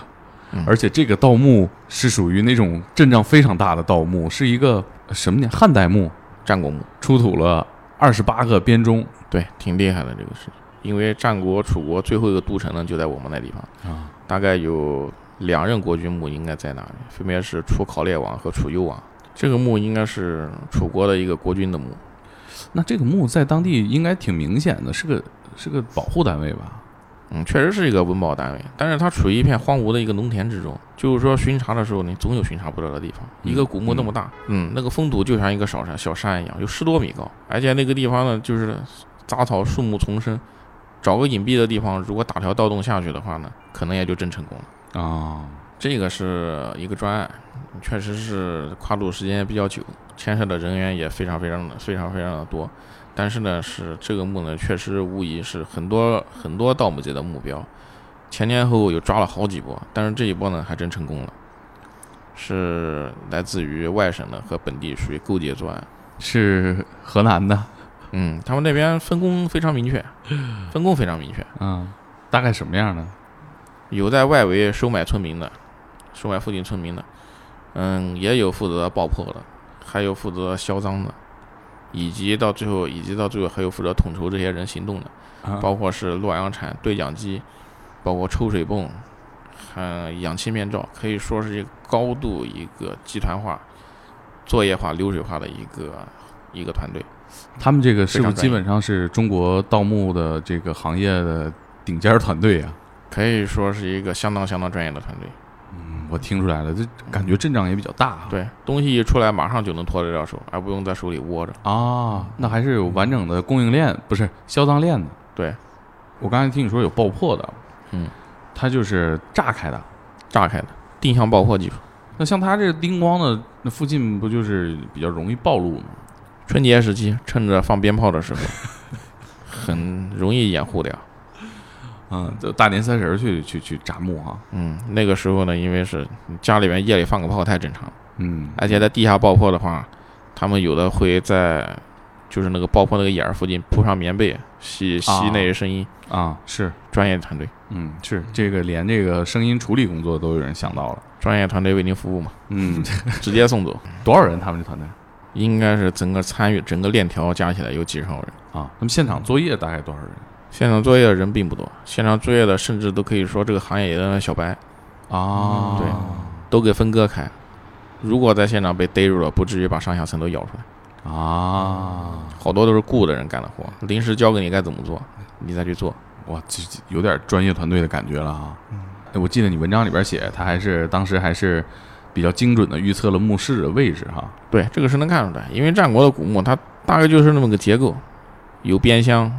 Speaker 2: 嗯，
Speaker 3: 而且这个盗墓是属于那种阵仗非常大的盗墓，是一个呃什么年汉代墓，
Speaker 2: 战国墓，
Speaker 3: 出土了二十八个编钟
Speaker 2: 对，挺厉害的这个事情。因为战国、楚国最后一个都城呢就在我们那地方，
Speaker 3: 啊
Speaker 2: 大概有两任国君墓应该在那里，分别是楚考烈王和楚幽王。这个墓应该是楚国的一个国君的墓，
Speaker 3: 那这个墓在当地应该挺明显的，是个是个保护单位吧？
Speaker 2: 嗯，确实是一个文保单位，但是它处于一片荒芜的一个农田之中，就是说巡查的时候，你总有巡查不到的地方。一个古墓那么大，嗯，那个封土就像一个小山小山一样，有十多米高，而且那个地方呢，就是杂草树木丛生，找个隐蔽的地方，如果打条盗洞下去的话呢，可能也就真成功了。
Speaker 3: 啊，
Speaker 2: 这个是一个专案，确实是跨度时间比较久，牵涉的人员也非常非常的非常非常的多。但是呢，是这个墓呢，确实无疑是很多很多盗墓贼的目标。前前后后有抓了好几波，但是这一波呢，还真成功了，是来自于外省的和本地属于勾结作案。
Speaker 3: 是河南的，
Speaker 2: 嗯，他们那边分工非常明确，分工非常明确，
Speaker 3: 嗯，大概什么样的？
Speaker 2: 有在外围收买村民的，收买附近村民的，嗯，也有负责爆破的，还有负责销赃的，以及到最后，以及到最后还有负责统筹这些人行动的，
Speaker 3: 啊
Speaker 2: 包括是洛阳铲、对讲机，包括抽水泵，还氧气面罩，可以说是一个高度一个集团化、作业化、流水化的一个一个团队。
Speaker 3: 他们这个是不
Speaker 2: 非
Speaker 3: 是
Speaker 2: 常专业
Speaker 3: 基本上是中国盗墓的这个行业的顶尖儿团队啊？
Speaker 2: 可以说是一个相当相当专业的团队，
Speaker 3: 我听出来了，这感觉阵仗也比较大、啊。
Speaker 2: 嗯对东西一出来马上就能拖得着手，而不用在手里握着。
Speaker 3: 啊，那还是有完整的供应链，不是销赃链的。
Speaker 2: 对，
Speaker 3: 我刚才听你说有爆破的，
Speaker 2: 嗯，
Speaker 3: 它就是炸开的。
Speaker 2: 炸开的定向爆破技术。
Speaker 3: 那像它这叮咣的，那附近不就是比较容易暴露吗？
Speaker 2: 春节时期，趁着放鞭炮 的时候，很容易掩护掉。
Speaker 3: 嗯，就大年三十儿去去去炸墓啊。
Speaker 2: 嗯，那个时候呢，因为是家里面夜里放个炮太正常了，
Speaker 3: 嗯，
Speaker 2: 而且在地下爆破的话，他们有的会在就是那个爆破那个眼儿附近铺上棉被，吸吸
Speaker 3: 啊
Speaker 2: 那些声音。
Speaker 3: 啊是，
Speaker 2: 专业团队，
Speaker 3: 嗯是，这个连这个声音处理工作都有人想到了。
Speaker 2: 专业团队为您 服务嘛，
Speaker 3: 嗯，
Speaker 2: 直接送走。
Speaker 3: 多少人他们这团队
Speaker 2: 应该是整个参与整个链条加起来有几十号人。
Speaker 3: 啊？那么现场作业大概多少人
Speaker 2: 现场作业的人并不多，现场作业的甚至都可以说这个行业里的小白。
Speaker 3: 啊？
Speaker 2: 对都给分割开。如果在现场被逮住了，不至于把上下层都咬出来。
Speaker 3: 啊，
Speaker 2: 好多都是雇的人干的活，临时交给你该怎么做，你再去做。
Speaker 3: 哇，这这有点专业团队的感觉了哈。
Speaker 2: 嗯
Speaker 3: 哎我记得你文章里边写，他还是当时还是比较精准的预测了墓室的位置哈。
Speaker 2: 对，这个是能看出来，因为战国的古墓它大概就是那么个结构，有边箱，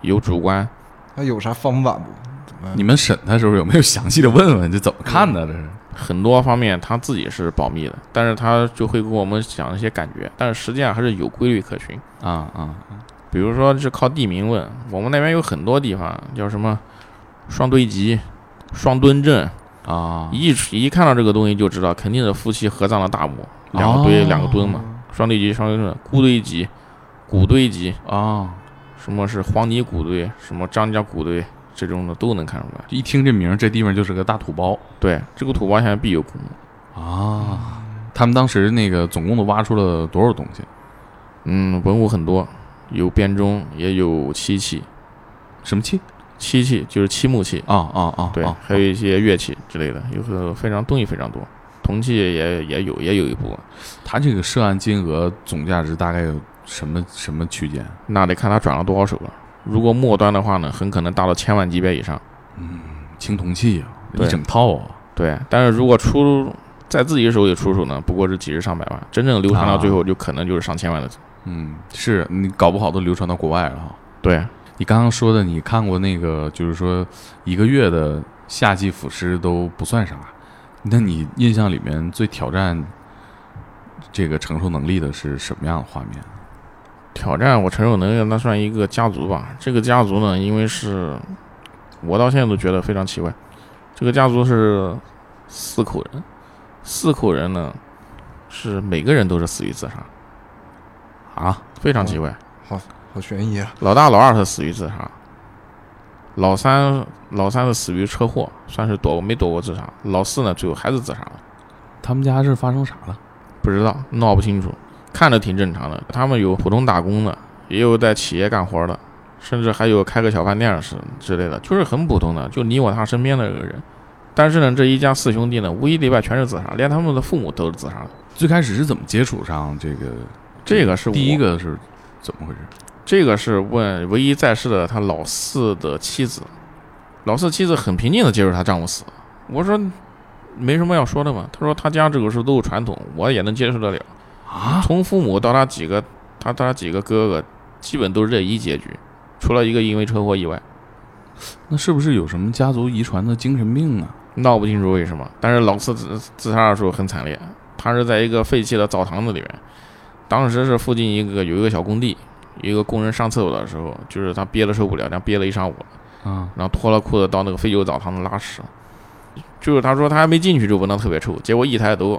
Speaker 2: 有主棺。
Speaker 4: 他有啥方法不？怎
Speaker 2: 嗯
Speaker 4: 么
Speaker 3: 你们审他时候有没有详细的问问这怎么看的？这是
Speaker 2: 很多方面他自己是保密的，但是他就会给我们讲一些感觉，但是实际上还是有规律可循。
Speaker 3: 啊啊
Speaker 2: 比如说是靠地名问，我们那边有很多地方叫什么双堆集、双墩镇，
Speaker 3: 啊！
Speaker 2: 一一看到这个东西就知道，肯定是夫妻合葬的大墓，两个堆、
Speaker 3: 哦
Speaker 2: 两个墩嘛，双对极、双对盾，孤堆极、古堆集，
Speaker 3: 啊，
Speaker 2: 什么是黄泥古堆，什么张家古堆这种的都能看出来。
Speaker 3: 一听这名儿，这地方就是个大土包
Speaker 2: 对，这个土包下面必有古墓。
Speaker 3: 啊。他们当时那个总共都挖出了多少东西？
Speaker 2: 嗯，文物很多，有编钟，也有漆器，
Speaker 3: 什么器？
Speaker 2: 漆器就是漆木器，
Speaker 3: 啊啊啊！
Speaker 2: 对，
Speaker 3: 啊
Speaker 2: 还有一些乐器之类的，有个非常东西非常多，铜器也也有也有一部分，
Speaker 3: 他这个涉案金额总价值大概有什么什么区间？
Speaker 2: 那得看他转了多少手了。如果末端的话呢，很可能达到千万级别以上。
Speaker 3: 青铜器啊，
Speaker 2: 对
Speaker 3: 一整套啊，
Speaker 2: 对，但是如果出在自己手里出手呢，不过是几十上百万，真正流传到最后就可能就是上千万的。
Speaker 3: 嗯，是你搞不好都流传到国外了哈。
Speaker 2: 对，
Speaker 3: 你刚刚说的，你看过那个，就是说一个月的夏季腐蚀都不算啥，那你印象里面最挑战这个承受能力的是什么样的画面？
Speaker 2: 挑战我承受能力，那算一个家族吧。这个家族呢，因为是我到现在都觉得非常奇怪，这个家族是四口人，四口人呢是每个人都是死于自杀，
Speaker 3: 啊，
Speaker 2: 非常奇怪。
Speaker 4: 好悬疑啊！
Speaker 2: 老大、老二是死于自杀，老三老三是死于车祸，算是躲过没躲过自杀。老四呢，最后还是自杀了，
Speaker 3: 他们家是发生啥了？
Speaker 2: 不知道闹不清楚，看着挺正常的。他们有普通打工的，也有在企业干活的，甚至还有开个小饭店是之类的，就是很普通的，就你我他身边的一个人。但是呢，这一家四兄弟呢，无一例外全是自杀，连他们的父母都是自杀的。
Speaker 3: 最开始是怎么接触上这个？
Speaker 2: 这个是我
Speaker 3: 第一个是怎么回事？
Speaker 2: 这个是问唯一在世的他老四的妻子，老四妻子很平静的接受她丈夫死。我说没什么要说的嘛。她说她家这个是都有传统，我也能接受得了。
Speaker 3: 啊，
Speaker 2: 从父母到他几个，他到他几个哥哥，基本都是这一结局，除了一个因为车祸意外，
Speaker 3: 那是不是有什么家族遗传的精神病啊？
Speaker 2: 闹不清楚为什么。但是老四自自杀的时候很惨烈，他是在一个废弃的澡堂子里面，当时是附近一个有一个小工地，有一个工人上厕所的时候，就是他憋得受不了，然后憋了一上午。
Speaker 3: 啊，
Speaker 2: 然后脱了裤子到那个废旧澡堂子拉屎，就是他说他还没进去就闻到特别臭，结果一抬头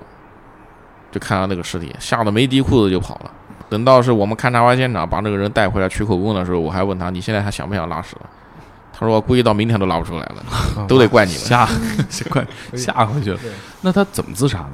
Speaker 2: 就看到那个尸体，吓得没提裤子就跑了。等到是我们勘察完现场，把这个人带回来取口供的时候，我还问他你现在还想不想拉屎了？他说我估计到明天都拉不出来 了，都得怪你们。
Speaker 3: 吓快吓回去了。
Speaker 4: 对
Speaker 3: 那他怎么自杀的？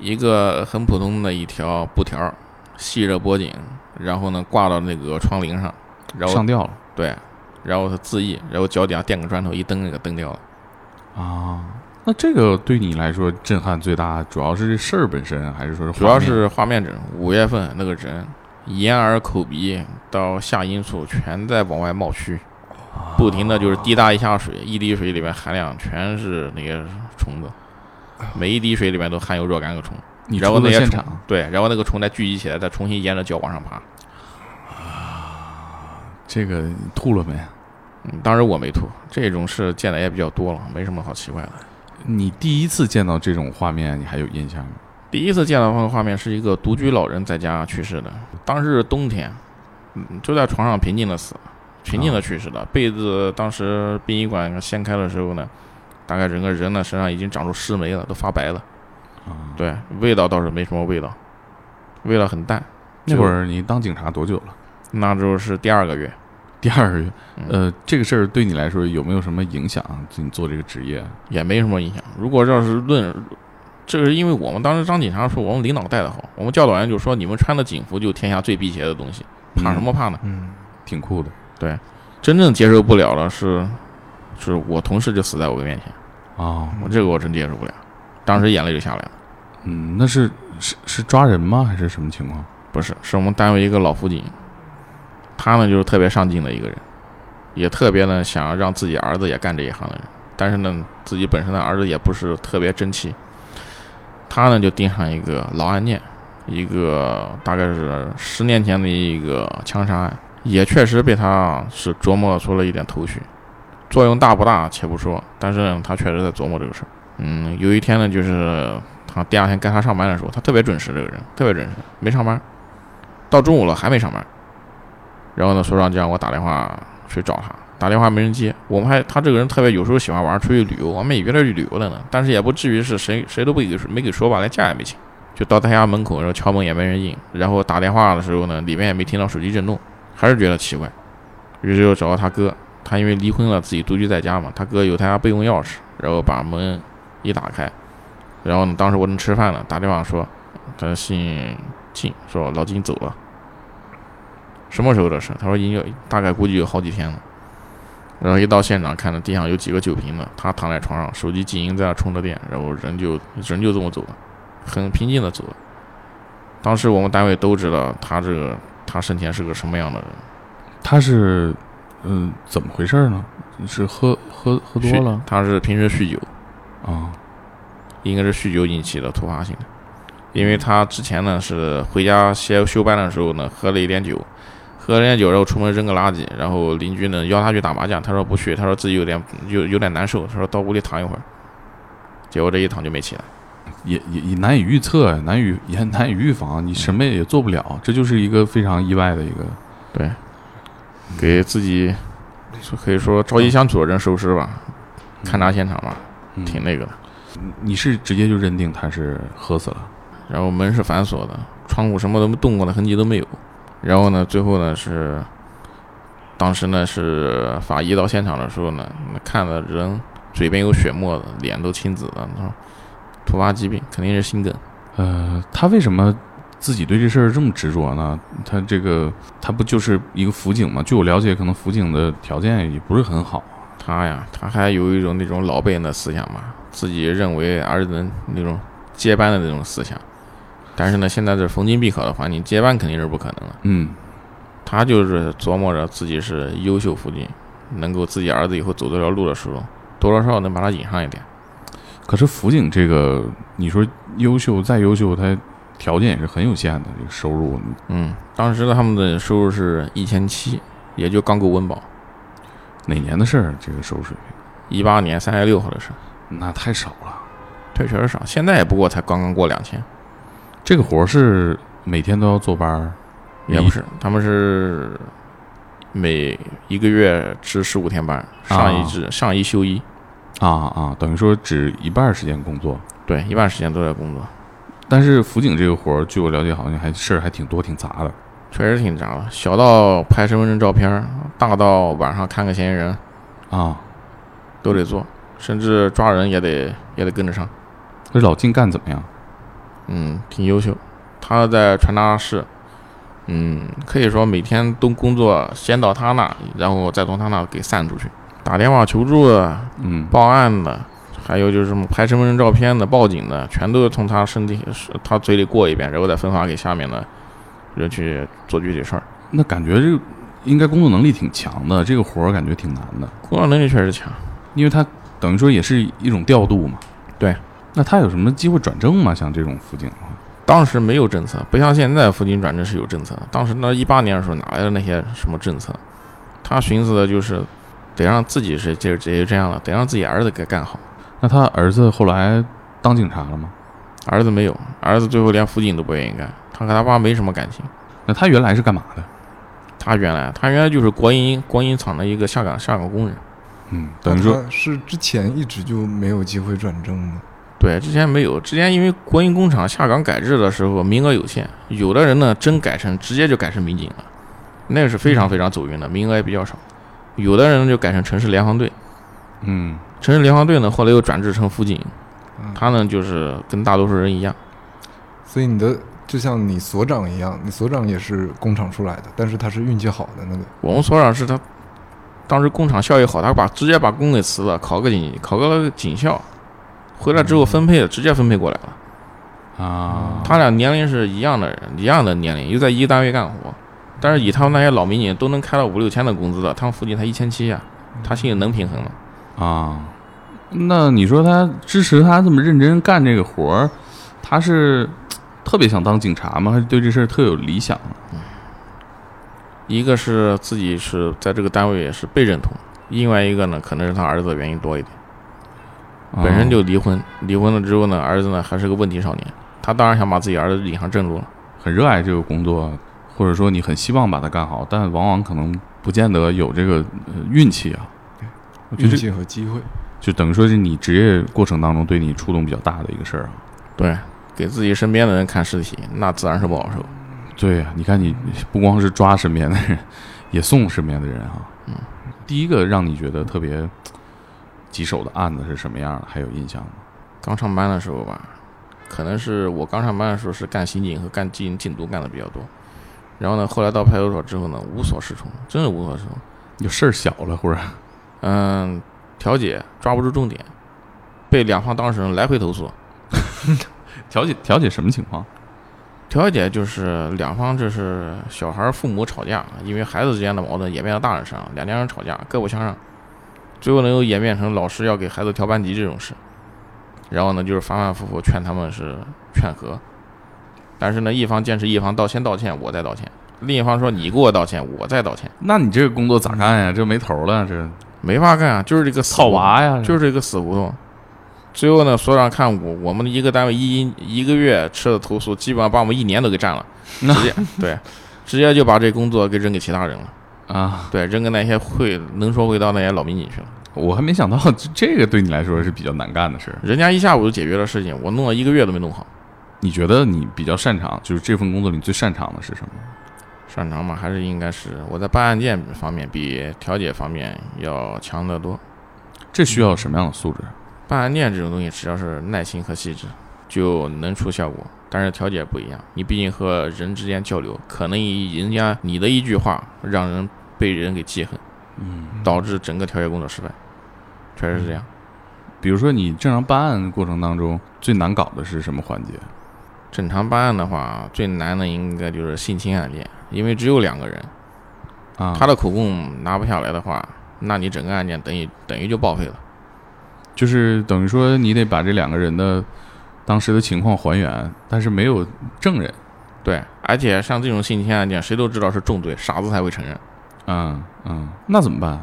Speaker 2: 一个很普通的一条布条儿，系着脖颈，然后呢挂到那个窗棂上，然后
Speaker 3: 上吊了
Speaker 2: 对，然后他自缢，然后脚底下垫个砖头一蹬，那个蹬掉了。
Speaker 3: 啊？那这个对你来说震撼最大，主要是这事儿本身，还是说是
Speaker 2: 主要
Speaker 3: 画面
Speaker 2: 是画面整，五月份那个人眼耳口鼻到下阴处全在往外冒蛆，不停的就是滴答一下水，一滴水里面含量全是那些虫子，每一滴水里面都含有若干个虫。
Speaker 3: 你
Speaker 2: 然后
Speaker 3: 出
Speaker 2: 那
Speaker 3: 的
Speaker 2: 些
Speaker 3: 现
Speaker 2: 虫
Speaker 3: 场
Speaker 2: 对，然后那个虫再聚集起来，再重新沿着脚往上爬。
Speaker 3: 这个吐了没？啊
Speaker 2: 嗯，当时我没吐，这种事见的也比较多了，没什么好奇怪的。
Speaker 3: 你第一次见到这种画面，你还有印象吗？
Speaker 2: 第一次见到那个画面是一个独居老人在家去世的，当时是冬天，嗯，就在床上平静的死，平
Speaker 3: 啊
Speaker 2: 静的去世的。被子当时殡仪馆掀开的时候呢，大概整个人呢身上已经长出尸霉了，都发白了。
Speaker 3: 啊，
Speaker 2: 对，味道倒是没什么味道，味道很淡。
Speaker 3: 那会儿你当警察多久了？
Speaker 2: 那时候是第二个月，
Speaker 3: 第二个月，
Speaker 2: 嗯
Speaker 3: 呃，这个事儿对你来说有没有什么影响？就你做这个职业，
Speaker 2: 也没什么影响。如果要是论，这是因为我们当时当警察的时候，我们领导带的好，我们教导员就说你们穿的警服就是天下最辟邪的东西，怕什么怕呢？
Speaker 4: 嗯，
Speaker 3: 挺酷的
Speaker 2: 真正接受不了的是，是我同事就死在我面前，
Speaker 3: 啊。
Speaker 2: 我这个我真接受不了，当时眼泪就下来了。
Speaker 3: 嗯，那是是是抓人吗？还是什么情况？
Speaker 2: 不是，是我们单位一个老辅警，他呢就是特别上进的一个人，也特别呢想让自己儿子也干这一行的人，但是呢自己本身的儿子也不是特别争气，他呢就盯上一个老案件，一个大概是十年前的一个枪杀案，也确实被他是琢磨出了一点头绪，作用大不大且不说，但是呢他确实在琢磨这个事儿。嗯，有一天呢就是。他第二天该他上班的时候，他特别准时，这个人特别准时，没上班。到中午了还没上班，然后呢，所长就让我打电话去找他，打电话没人接。我们还他这个人特别有时候喜欢玩，出去旅游，我们也约他去旅游了呢，但是也不至于是谁谁都不给没给说吧，连假也没请。就到他家门口，然后敲门也没人应，然后打电话的时候呢，里面也没听到手机震动，还是觉得奇怪，于是又找到他哥，他因为离婚了，自己独居在家嘛，他哥有他家备用钥匙，然后把门一打开，然后呢，当时我正吃饭呢，打电话说他姓靳，说老金走了，什么时候的事？他说已经有大概估计有好几天了。然后一到现场，看到地上有几个酒瓶子，他躺在床上，手机静音在那充着电，然后人就人就这么走了，很平静的走了。当时我们单位都知道他这个他生前是个什么样的人，
Speaker 3: 他是嗯、怎么回事呢？是喝喝喝多
Speaker 2: 酗
Speaker 3: 了
Speaker 2: 他是平时酗酒，
Speaker 3: 啊？
Speaker 2: 应该是酗酒引起的突发性的，因为他之前呢是回家歇休班的时候呢喝了一点酒，喝了一点酒然后出门扔个垃圾，然后邻居呢邀他去打麻将，他说不去，他说自己有点有有点难受，他说到屋里躺一会儿，结果这一躺就没起来。
Speaker 3: 也也也难以预测，啊难以也难以预防，啊你什么也做不了，这就是一个非常意外的一个。
Speaker 2: 给自己嗯可以说朝夕相处的人收尸吧，勘察现场吧，
Speaker 3: 嗯
Speaker 2: 挺那个的。
Speaker 3: 你是直接就认定他是喝死了？
Speaker 2: 然后门是反锁的，窗户什么都没动过的痕迹都没有。然后呢，最后呢是，当时呢是法医到现场的时候呢，看了人嘴边有血沫子，脸都青紫了，他说突发疾病肯定是心梗。
Speaker 3: 呃，他为什么自己对这事儿这么执着呢？他这个他不就是一个辅警吗？据我了解，可能辅警的条件也不是很好。
Speaker 2: 他呀，他还有一种那种老辈人的思想嘛，自己认为儿子那种接班的那种思想。但是呢，现在这逢金必考的环境，接班肯定是不可能了。
Speaker 3: 嗯，
Speaker 2: 他就是琢磨着自己是优秀父亲，能够自己儿子以后走这条路的时候，多多少少能把他引上一点。
Speaker 3: 可是辅警这个，你说优秀再优秀，他条件也是很有限的，这个收入
Speaker 2: 嗯，当时的他们的收入是一千七，也就刚够温饱。
Speaker 3: 哪年的事儿？这个收入水平
Speaker 2: 一八年三月六号的事，
Speaker 3: 那太少了。
Speaker 2: 对，确实少。现在也不过才刚刚过两千，
Speaker 3: 这个活儿是每天都要坐班儿，
Speaker 2: 也不是，他们是每一个月值十五天班，上一值、上一休一，
Speaker 3: 啊啊，等于说只一半儿时间工作。
Speaker 2: 对，一半时间都在工作，
Speaker 3: 但是辅警这个活儿，据我了解，好像还事儿还挺多挺杂的。
Speaker 2: 确实挺杂的。小到拍身份证照片儿，大到晚上看个嫌疑人，
Speaker 3: 啊，
Speaker 2: 都得做，甚至抓人也得也得跟着上。
Speaker 3: 这老金干怎么样？
Speaker 2: 嗯，挺优秀。他在传达室，嗯，可以说每天都工作，先到他那，然后再从他那给散出去。打电话求助的、
Speaker 3: 嗯，
Speaker 2: 报案的，还有就是什么拍身份证照片的、报警的，全都是从他身体、是他嘴里过一遍，然后再分发给下面的人去做具体事儿。
Speaker 3: 那感觉这应该工作能力挺强的，这个活儿感觉挺难的，
Speaker 2: 工作能力确实强。
Speaker 3: 因为他等于说也是一种调度嘛。
Speaker 2: 对，
Speaker 3: 那他有什么机会转正吗？像这种辅警啊的话，
Speaker 2: 当时没有政策，不像现在附近转正是有政策的。当时那一八年的时候，哪来的那些什么政策？他寻思的就是，得让自己是就是直接这样了，得让自己儿子给干好。
Speaker 3: 那他儿子后来当警察了吗？
Speaker 2: 儿子没有，儿子最后连辅警都不愿意干，他和他爸没什么感情。
Speaker 3: 那他原来是干嘛的？
Speaker 2: 他原来他原来就是国营国营厂的一个下岗下岗工人，
Speaker 3: 嗯，等于说
Speaker 4: 他是之前一直就没有机会转正吗？
Speaker 2: 对，之前没有，之前因为国营工厂下岗改制的时候名额有限，有的人呢真改成直接就改成民警了，那是非常非常走运的，名额也比较少。有的人就改成城市联防队。
Speaker 3: 嗯，
Speaker 2: 城市联防队呢，后来又转制成辅警
Speaker 4: 嗯，
Speaker 2: 他呢就是跟大多数人一样，
Speaker 4: 所以你的就像你所长一样，你所长也是工厂出来的，但是他是运气好的那个。
Speaker 2: 我们所长是他当时工厂效益好，他把直接把工给辞了，考个警考个警校，回来之后分配的直接分配过来了。
Speaker 3: 啊，
Speaker 2: 他俩年龄是一样的人，一样的年龄，又在一个单位干活，但是以他们那些老民警都能开到五六千的工资的，他们辅警才一千七呀，他心里能平衡吗？
Speaker 3: 啊，那你说他支持他这么认真干这个活儿，他是特别想当警察吗？还是对这事儿特有理想？
Speaker 2: 一个是自己是在这个单位是被认同，另外一个呢可能是他儿子的原因多一点。
Speaker 3: 啊
Speaker 2: 本身就离婚，离婚了之后呢，儿子呢还是个问题少年，他当然想把自己儿子引上正路了。
Speaker 3: 很热爱这个工作，或者说你很希望把它干好，但往往可能不见得有这个、呃、运气啊。我觉
Speaker 4: 运
Speaker 3: 得这
Speaker 4: 气和机会，
Speaker 3: 就等于说是你职业过程当中对你触动比较大的一个事儿啊。
Speaker 2: 对，给自己身边的人看尸体，那自然是不好受。
Speaker 3: 对
Speaker 2: 啊
Speaker 3: 呀、你看你不光是抓身边的人，也送身边的人哈。
Speaker 2: 嗯，
Speaker 3: 第一个让你觉得特别棘手的案子是什么样的？还有印象吗？
Speaker 2: 刚上班的时候吧，可能是我刚上班的时候是干刑警和干进禁毒干的比较多，然后呢，后来到派出所之后呢，无所适从，真是无所适从。
Speaker 3: 就事儿小了，忽然
Speaker 2: 嗯，调解抓不住重点，被两方当事人来回投诉。
Speaker 3: 调解调解什么情况？
Speaker 2: 调解就是两方就是小孩儿父母吵架，因为孩子之间的矛盾演变到大人身上，两家人吵架各不相让，最后呢又演变成老师要给孩子调班级这种事，然后呢就是反反复复劝他们是劝和，但是呢一方坚持一方道先道歉我再道歉，另一方说你给我道歉我再道歉，
Speaker 3: 那你这个工作咋干呀？这没头了，这
Speaker 2: 没法干啊，就是这个死
Speaker 3: 套
Speaker 2: 胡同
Speaker 3: 娃呀，这
Speaker 2: 就是一个死胡同。最后呢，所长看我我们一个单位一一个月吃的投诉，基本上把我们一年都给占了，直接对，直接就把这工作给扔给其他人了，
Speaker 3: 啊，
Speaker 2: 对，扔给那些会能说会道那些老民警去了。
Speaker 3: 我还没想到这这个对你来说是比较难干的事儿。
Speaker 2: 人家一下午就解决了事情，我弄了一个月都没弄好。
Speaker 3: 你觉得你比较擅长，就是这份工作你最擅长的是什么？
Speaker 2: 擅长嘛，还是应该是我在办案件方面比调解方面要强得多。
Speaker 3: 这需要什么样的素质？
Speaker 2: 办案件这种东西，只要是耐心和细致，就能出效果。但是调解不一样，你毕竟和人之间交流，可能以人家你的一句话，让人被人给记恨，
Speaker 3: 嗯，
Speaker 2: 导致整个调解工作失败，确实是这样。
Speaker 3: 比如说你正常办案过程当中最难搞的是什么环节？嗯
Speaker 2: 正常办案的话，最难的应该就是性侵案件，因为只有两个人，
Speaker 3: 啊，
Speaker 2: 他的口供拿不下来的话，那你整个案件等于等于就报废了。
Speaker 3: 就是等于说你得把这两个人的当时的情况还原，但是没有证人。
Speaker 2: 对，而且像这种性侵案件，谁都知道是重罪，傻子才会承认。
Speaker 3: 嗯嗯，那怎么办？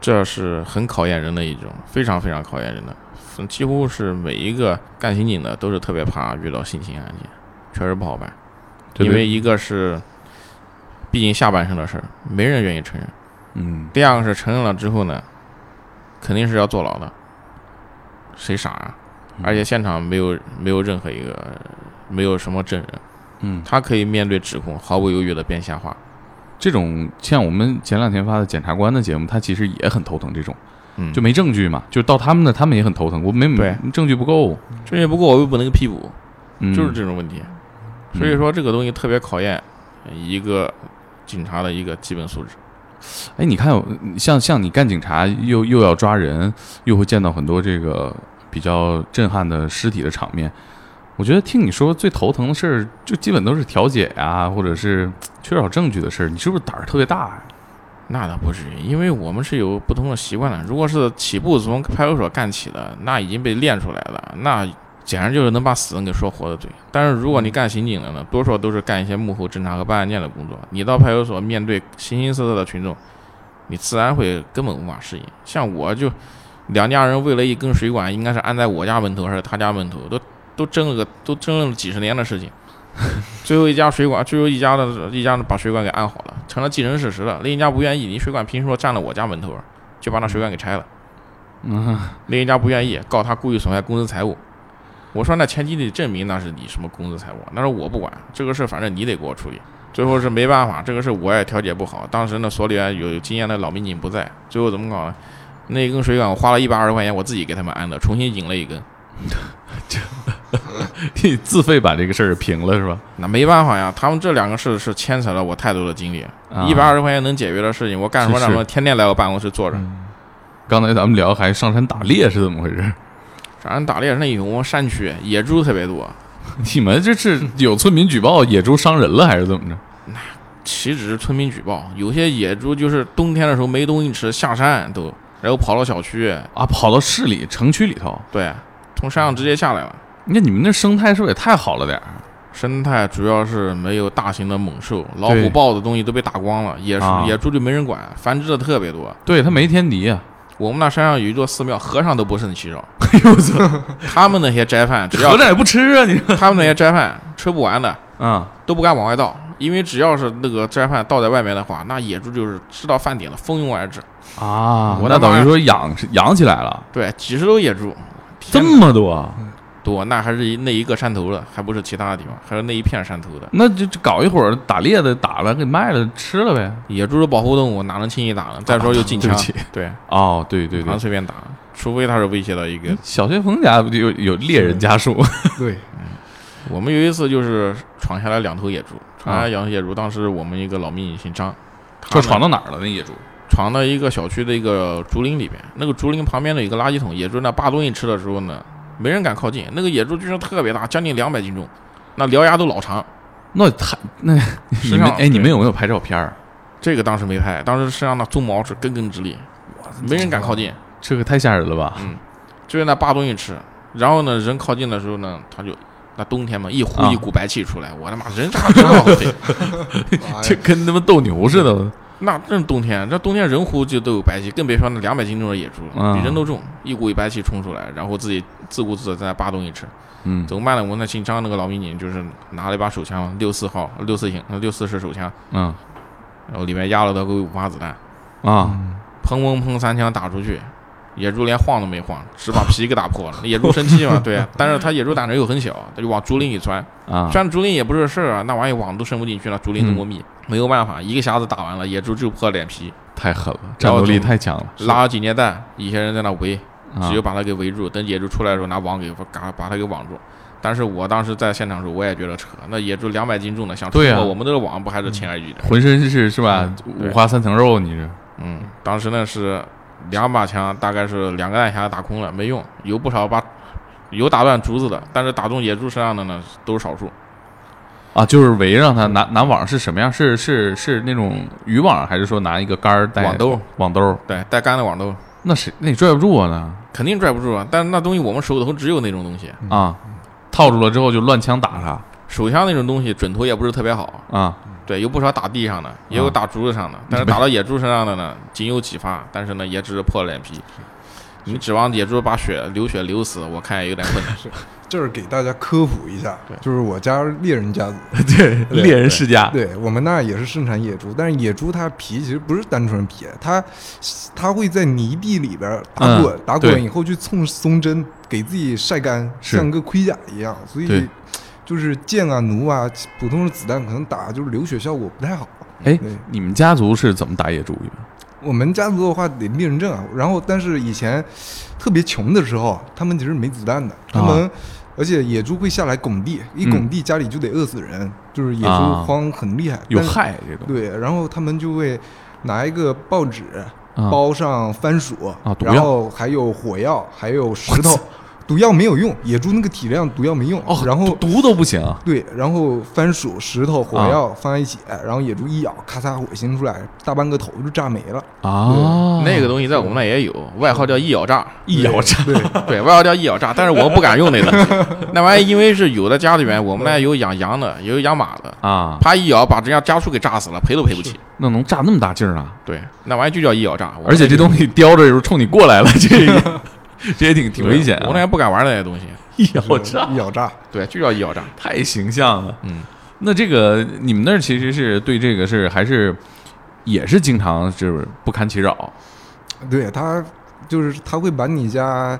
Speaker 2: 这是很考验人的一种，非常非常考验人的，嗯几乎是每一个干刑警的都是特别怕遇到性侵案件，确实不好办，
Speaker 3: 对
Speaker 2: 因
Speaker 3: 不对
Speaker 2: 为一个是，毕竟下半身的事儿，没人愿意承认；
Speaker 3: 嗯，
Speaker 2: 第二个是承认了之后呢，肯定是要坐牢的，谁傻啊？
Speaker 3: 嗯
Speaker 2: 而且现场没有没有任何一个没有什么证人，
Speaker 3: 嗯，
Speaker 2: 他可以面对指控毫不犹豫的编瞎话，
Speaker 3: 这种像我们前两天发的检察官的节目，他其实也很头疼这种，
Speaker 2: 嗯，
Speaker 3: 就没证据嘛，就到他们那，他们也很头疼，我没
Speaker 2: 对
Speaker 3: 证据不够，
Speaker 2: 证据不够，我又不能批捕，
Speaker 3: 嗯、
Speaker 2: 就是这种问题。
Speaker 3: 嗯
Speaker 2: 所以说这个东西特别考验一个警察的一个基本素质。
Speaker 3: 哎，你看，嗯像像你干警察，又又要抓人，又会见到很多这个比较震撼的尸体的场面。我觉得听你说最头疼的事儿，就基本都是调解呀、或者是缺少证据的事儿。你是不是胆儿特别大呀、
Speaker 2: 那倒不至于，因为我们是有不同的习惯的。如果是起步从派出所干起的，那已经被练出来了，那简直就是能把死人给说活的嘴。但是如果你干刑警的呢，多数都是干一些幕后侦查和办案件的工作。你到派出所面对形形色色的群众，你自然会根本无法适应。像我就两家人为了一根水管，应该是安在我家门头还是他家门头，都都争了个都争论了几十年的事情。最后一家水管，最后一家的一家把水管给安好了，成了既成事实了。另一家不愿意，你水管凭什么占了我家门头啊？就把那水管给拆了。
Speaker 3: 嗯，
Speaker 2: 另一家不愿意，告他故意损害公司财物。我说那前期得证明那是你什么公司财物，啊那是我不管这个事，反正你得给我处理。最后是没办法，这个事我也调解不好。当时呢，所里边有经验的老民警不在，最后怎么搞呢？那一根水管我花了一百二十块钱，我自己给他们安的，重新引了一根。
Speaker 3: 你自费把这个事儿平了是吧？
Speaker 2: 那没办法呀，他们这两个事是牵扯了我太多的精力。
Speaker 3: 啊
Speaker 2: 一百二十块钱能解决的事情，我干什么
Speaker 3: 是
Speaker 2: 让
Speaker 3: 是嗯
Speaker 2: 他们天天来我办公室坐着？
Speaker 4: 嗯
Speaker 3: 刚才咱们聊还上山打猎是怎么回事？
Speaker 2: 反正打猎那有我们山区野猪特别多，
Speaker 3: 你们这是有村民举报野猪伤人了还是怎么着？
Speaker 2: 岂止是村民举报，有些野猪就是冬天的时候没东西吃，下山都，然后跑到小区，
Speaker 3: 啊，跑到市里城区里头，
Speaker 2: 对，从山上直接下来了。
Speaker 3: 那你们那生态是不是也太好了点儿？
Speaker 2: 生态主要是没有大型的猛兽，老
Speaker 3: 对
Speaker 2: 虎、豹子东西都被打光了，野猪、
Speaker 3: 啊
Speaker 2: 野猪就没人管，繁殖的特别多。
Speaker 3: 对，它没天敌啊。
Speaker 2: 我们那山上有一座寺庙，和尚都不胜其 扰。哎呦我操！他们那些斋饭，只要
Speaker 3: 合着也不吃啊你？
Speaker 2: 他们那些斋饭吃不完的
Speaker 3: 啊，
Speaker 2: 都不敢往外倒，因为只要是那个斋饭倒在外面的话，那野猪就是吃到饭点了，蜂拥而至。
Speaker 3: 啊，
Speaker 2: 我
Speaker 3: 那
Speaker 2: 他妈
Speaker 3: 等于说养养起来了，
Speaker 2: 对，几十头野猪，
Speaker 3: 这
Speaker 2: 天哪
Speaker 3: 么多，
Speaker 2: 多，那还是一那一个山头的，还不是其他的地方，还是那一片山头的。
Speaker 3: 那就就搞一会儿打猎的打了给卖了吃了呗。
Speaker 2: 野猪是保护动物，哪能轻易打呢？再说又禁
Speaker 3: 对
Speaker 2: 枪
Speaker 3: 不起，
Speaker 2: 对，
Speaker 3: 哦，对对嗯
Speaker 2: 哪能
Speaker 3: 对，
Speaker 2: 随便打？除非他是威胁到一个。
Speaker 3: 小学鹏家有有猎人家属，
Speaker 4: 对，
Speaker 2: 我们有一次就是闯下来两头野猪，
Speaker 3: 啊
Speaker 2: 闯下来两头野猪，当时我们一个老民警姓张，他
Speaker 3: 这
Speaker 2: 呢
Speaker 3: 闯到哪儿了？那野猪
Speaker 2: 闯到一个小区的一个竹林里边，那个竹林旁边的有一个垃圾桶，野猪呢扒东西吃的时候呢，没人敢靠近。那个野猪据说特别大，将近两百斤重，那獠牙都老长。
Speaker 3: 那太那你
Speaker 2: 身
Speaker 3: 们
Speaker 2: 上
Speaker 3: 哎，你们有没有拍照片儿？
Speaker 2: 这个当时没拍，当时身上那鬃毛是根根直立，没人敢靠近，
Speaker 3: 这个太吓人了吧？
Speaker 2: 就是那扒东西吃。然后呢，人靠近的时候呢，它就那冬天嘛，一呼
Speaker 3: 啊
Speaker 2: 一股白气出来，我他妈人他妈真往后退。
Speaker 4: 哇
Speaker 3: 这跟他妈斗牛似的。
Speaker 2: 那这是冬天，这冬天 人呼就都有白气，更别说那两百斤重的野猪了，
Speaker 3: 嗯
Speaker 2: 比人都重，一股一白气冲出来，然后自己自顾自的在那扒东西吃。
Speaker 3: 嗯，
Speaker 2: 怎么办呢？我们那姓张那个老民警就是拿了一把手枪，六四号、六四型、六四式手枪，
Speaker 3: 嗯
Speaker 2: 然后里面压了他个五发子弹，
Speaker 3: 啊，
Speaker 2: 砰砰砰三枪打出去，野猪连晃都没晃，只把皮给打破了。野猪生气嘛，对啊，但是它野猪胆子又很小，它就往竹林里钻，
Speaker 3: 啊，
Speaker 2: 钻竹林也不是事儿啊，那玩意网都伸不进去了，竹林那么密，没有办法，一个匣子打完了，野猪就破脸皮，
Speaker 3: 太狠了，战斗力太强了，
Speaker 2: 拉了几年蛋，一些人在那围，
Speaker 3: 啊
Speaker 2: 只有把它给围住，等野猪出来的时候拿网给嘎把它给网住。但是我当时在现场的时候，我也觉得扯，那野猪两百斤重的想冲
Speaker 3: 对啊
Speaker 2: 破我们这个网，不还是轻而易举的？
Speaker 3: 浑身是是吧？
Speaker 2: 对
Speaker 3: 五花三层肉，你这
Speaker 2: 嗯，当时呢是两把枪，大概是两个弹匣打空了，没用，有不少把有打断竹子的，但是打中野猪身上的呢都是少数，
Speaker 3: 啊，就是围上它拿拿网是什么样？是是是那种渔网，还是说拿一个杆儿带
Speaker 2: 网兜？
Speaker 3: 网兜？
Speaker 2: 对，带杆的网兜
Speaker 3: 那谁那你拽不住我呢？
Speaker 2: 肯定拽不住啊。但是那东西我们手头只有那种东西，
Speaker 3: 啊，套住了之后就乱枪打它
Speaker 2: 手枪那种东西准头也不是特别好，
Speaker 3: 啊，
Speaker 2: 对，有不少打地上的，也有
Speaker 3: 啊
Speaker 2: 打竹子上的，但是打到野猪身上的呢，仅有几发，但是呢，也只是破了脸皮。你指望野猪把血流血流死，我看也有点困难。
Speaker 4: 这儿给大家科普一下，就是我家是猎人家族，
Speaker 3: 对，猎人世家，
Speaker 4: 对我们那儿也是盛产野猪，但是野猪它皮其实不是单纯皮，它它会在泥地里边打滚，
Speaker 3: 嗯
Speaker 4: 打
Speaker 3: 对
Speaker 4: 滚以后去蹭松针，给自己晒干，
Speaker 3: 是
Speaker 4: 像个盔甲一样，所
Speaker 3: 对
Speaker 4: 以就是箭啊、弩啊，普通的子弹可能打就是流血效果不太好。
Speaker 3: 哎
Speaker 4: 对，
Speaker 3: 你们家族是怎么打野猪的？
Speaker 4: 我们家族的话得猎人证啊，然后但是以前特别穷的时候，他们其实没子弹
Speaker 3: 啊
Speaker 4: 的，他们、而且野猪会下来拱地，一拱地家里就得饿死人，就是野猪
Speaker 3: 嗯啊
Speaker 4: 荒很厉害，
Speaker 3: 有
Speaker 4: 但是
Speaker 3: 害这东西
Speaker 4: 对，然后他们就会拿一个报纸
Speaker 3: 啊
Speaker 4: 包上番薯
Speaker 3: 啊毒药
Speaker 4: 然后还有火药，还有 石头。毒药没有用，野猪那个体量毒药没用。
Speaker 3: 哦，
Speaker 4: 然后
Speaker 3: 毒毒都不行
Speaker 4: 对，然后番薯、石头、火
Speaker 3: 啊
Speaker 4: 药放在一起，然后野猪一咬，咔嚓火星出来，大半个头就炸没了。
Speaker 3: 啊，
Speaker 2: 那个东西在我们那也有，外号叫一 咬炸，
Speaker 3: 一咬炸，
Speaker 4: 对，
Speaker 2: 对外号叫一咬炸，但是我不敢用那东西。那玩意因为是有的家里面，我们那有养羊的，也有养马的，
Speaker 3: 啊，
Speaker 2: 啪一咬把人家家畜给炸死了，赔都赔不起。
Speaker 3: 那能炸那么大劲儿啊！
Speaker 2: 对，那玩意就叫一咬炸，
Speaker 3: 而且这东西叼着就是冲你过来了，这个这也挺挺危险
Speaker 2: 我那也
Speaker 3: 啊！
Speaker 2: 不敢玩那些东西。
Speaker 3: 一咬炸
Speaker 4: 一咬炸。
Speaker 2: 对，就叫一咬炸。
Speaker 3: 太形象了。
Speaker 2: 嗯，
Speaker 3: 那这个你们那儿其实是对这个是还是也是经常就是不堪其扰
Speaker 4: 对，它就是它会把你家，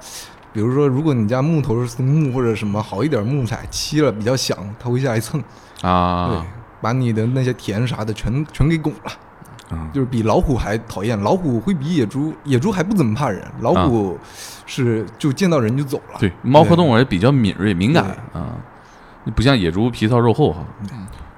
Speaker 4: 比如说如果你家木头是松木或者什么好一点木材漆了比较响，它会下来蹭。
Speaker 3: 啊
Speaker 4: 对，，把你的那些田啥的全全给拱了。
Speaker 3: 嗯
Speaker 4: 就是比老虎还讨厌，老虎会比野猪，野猪还不怎么怕人，老虎是就见到人就走了。
Speaker 3: 对，猫科动物也比较敏锐敏感啊，不像野猪皮糙肉厚哈。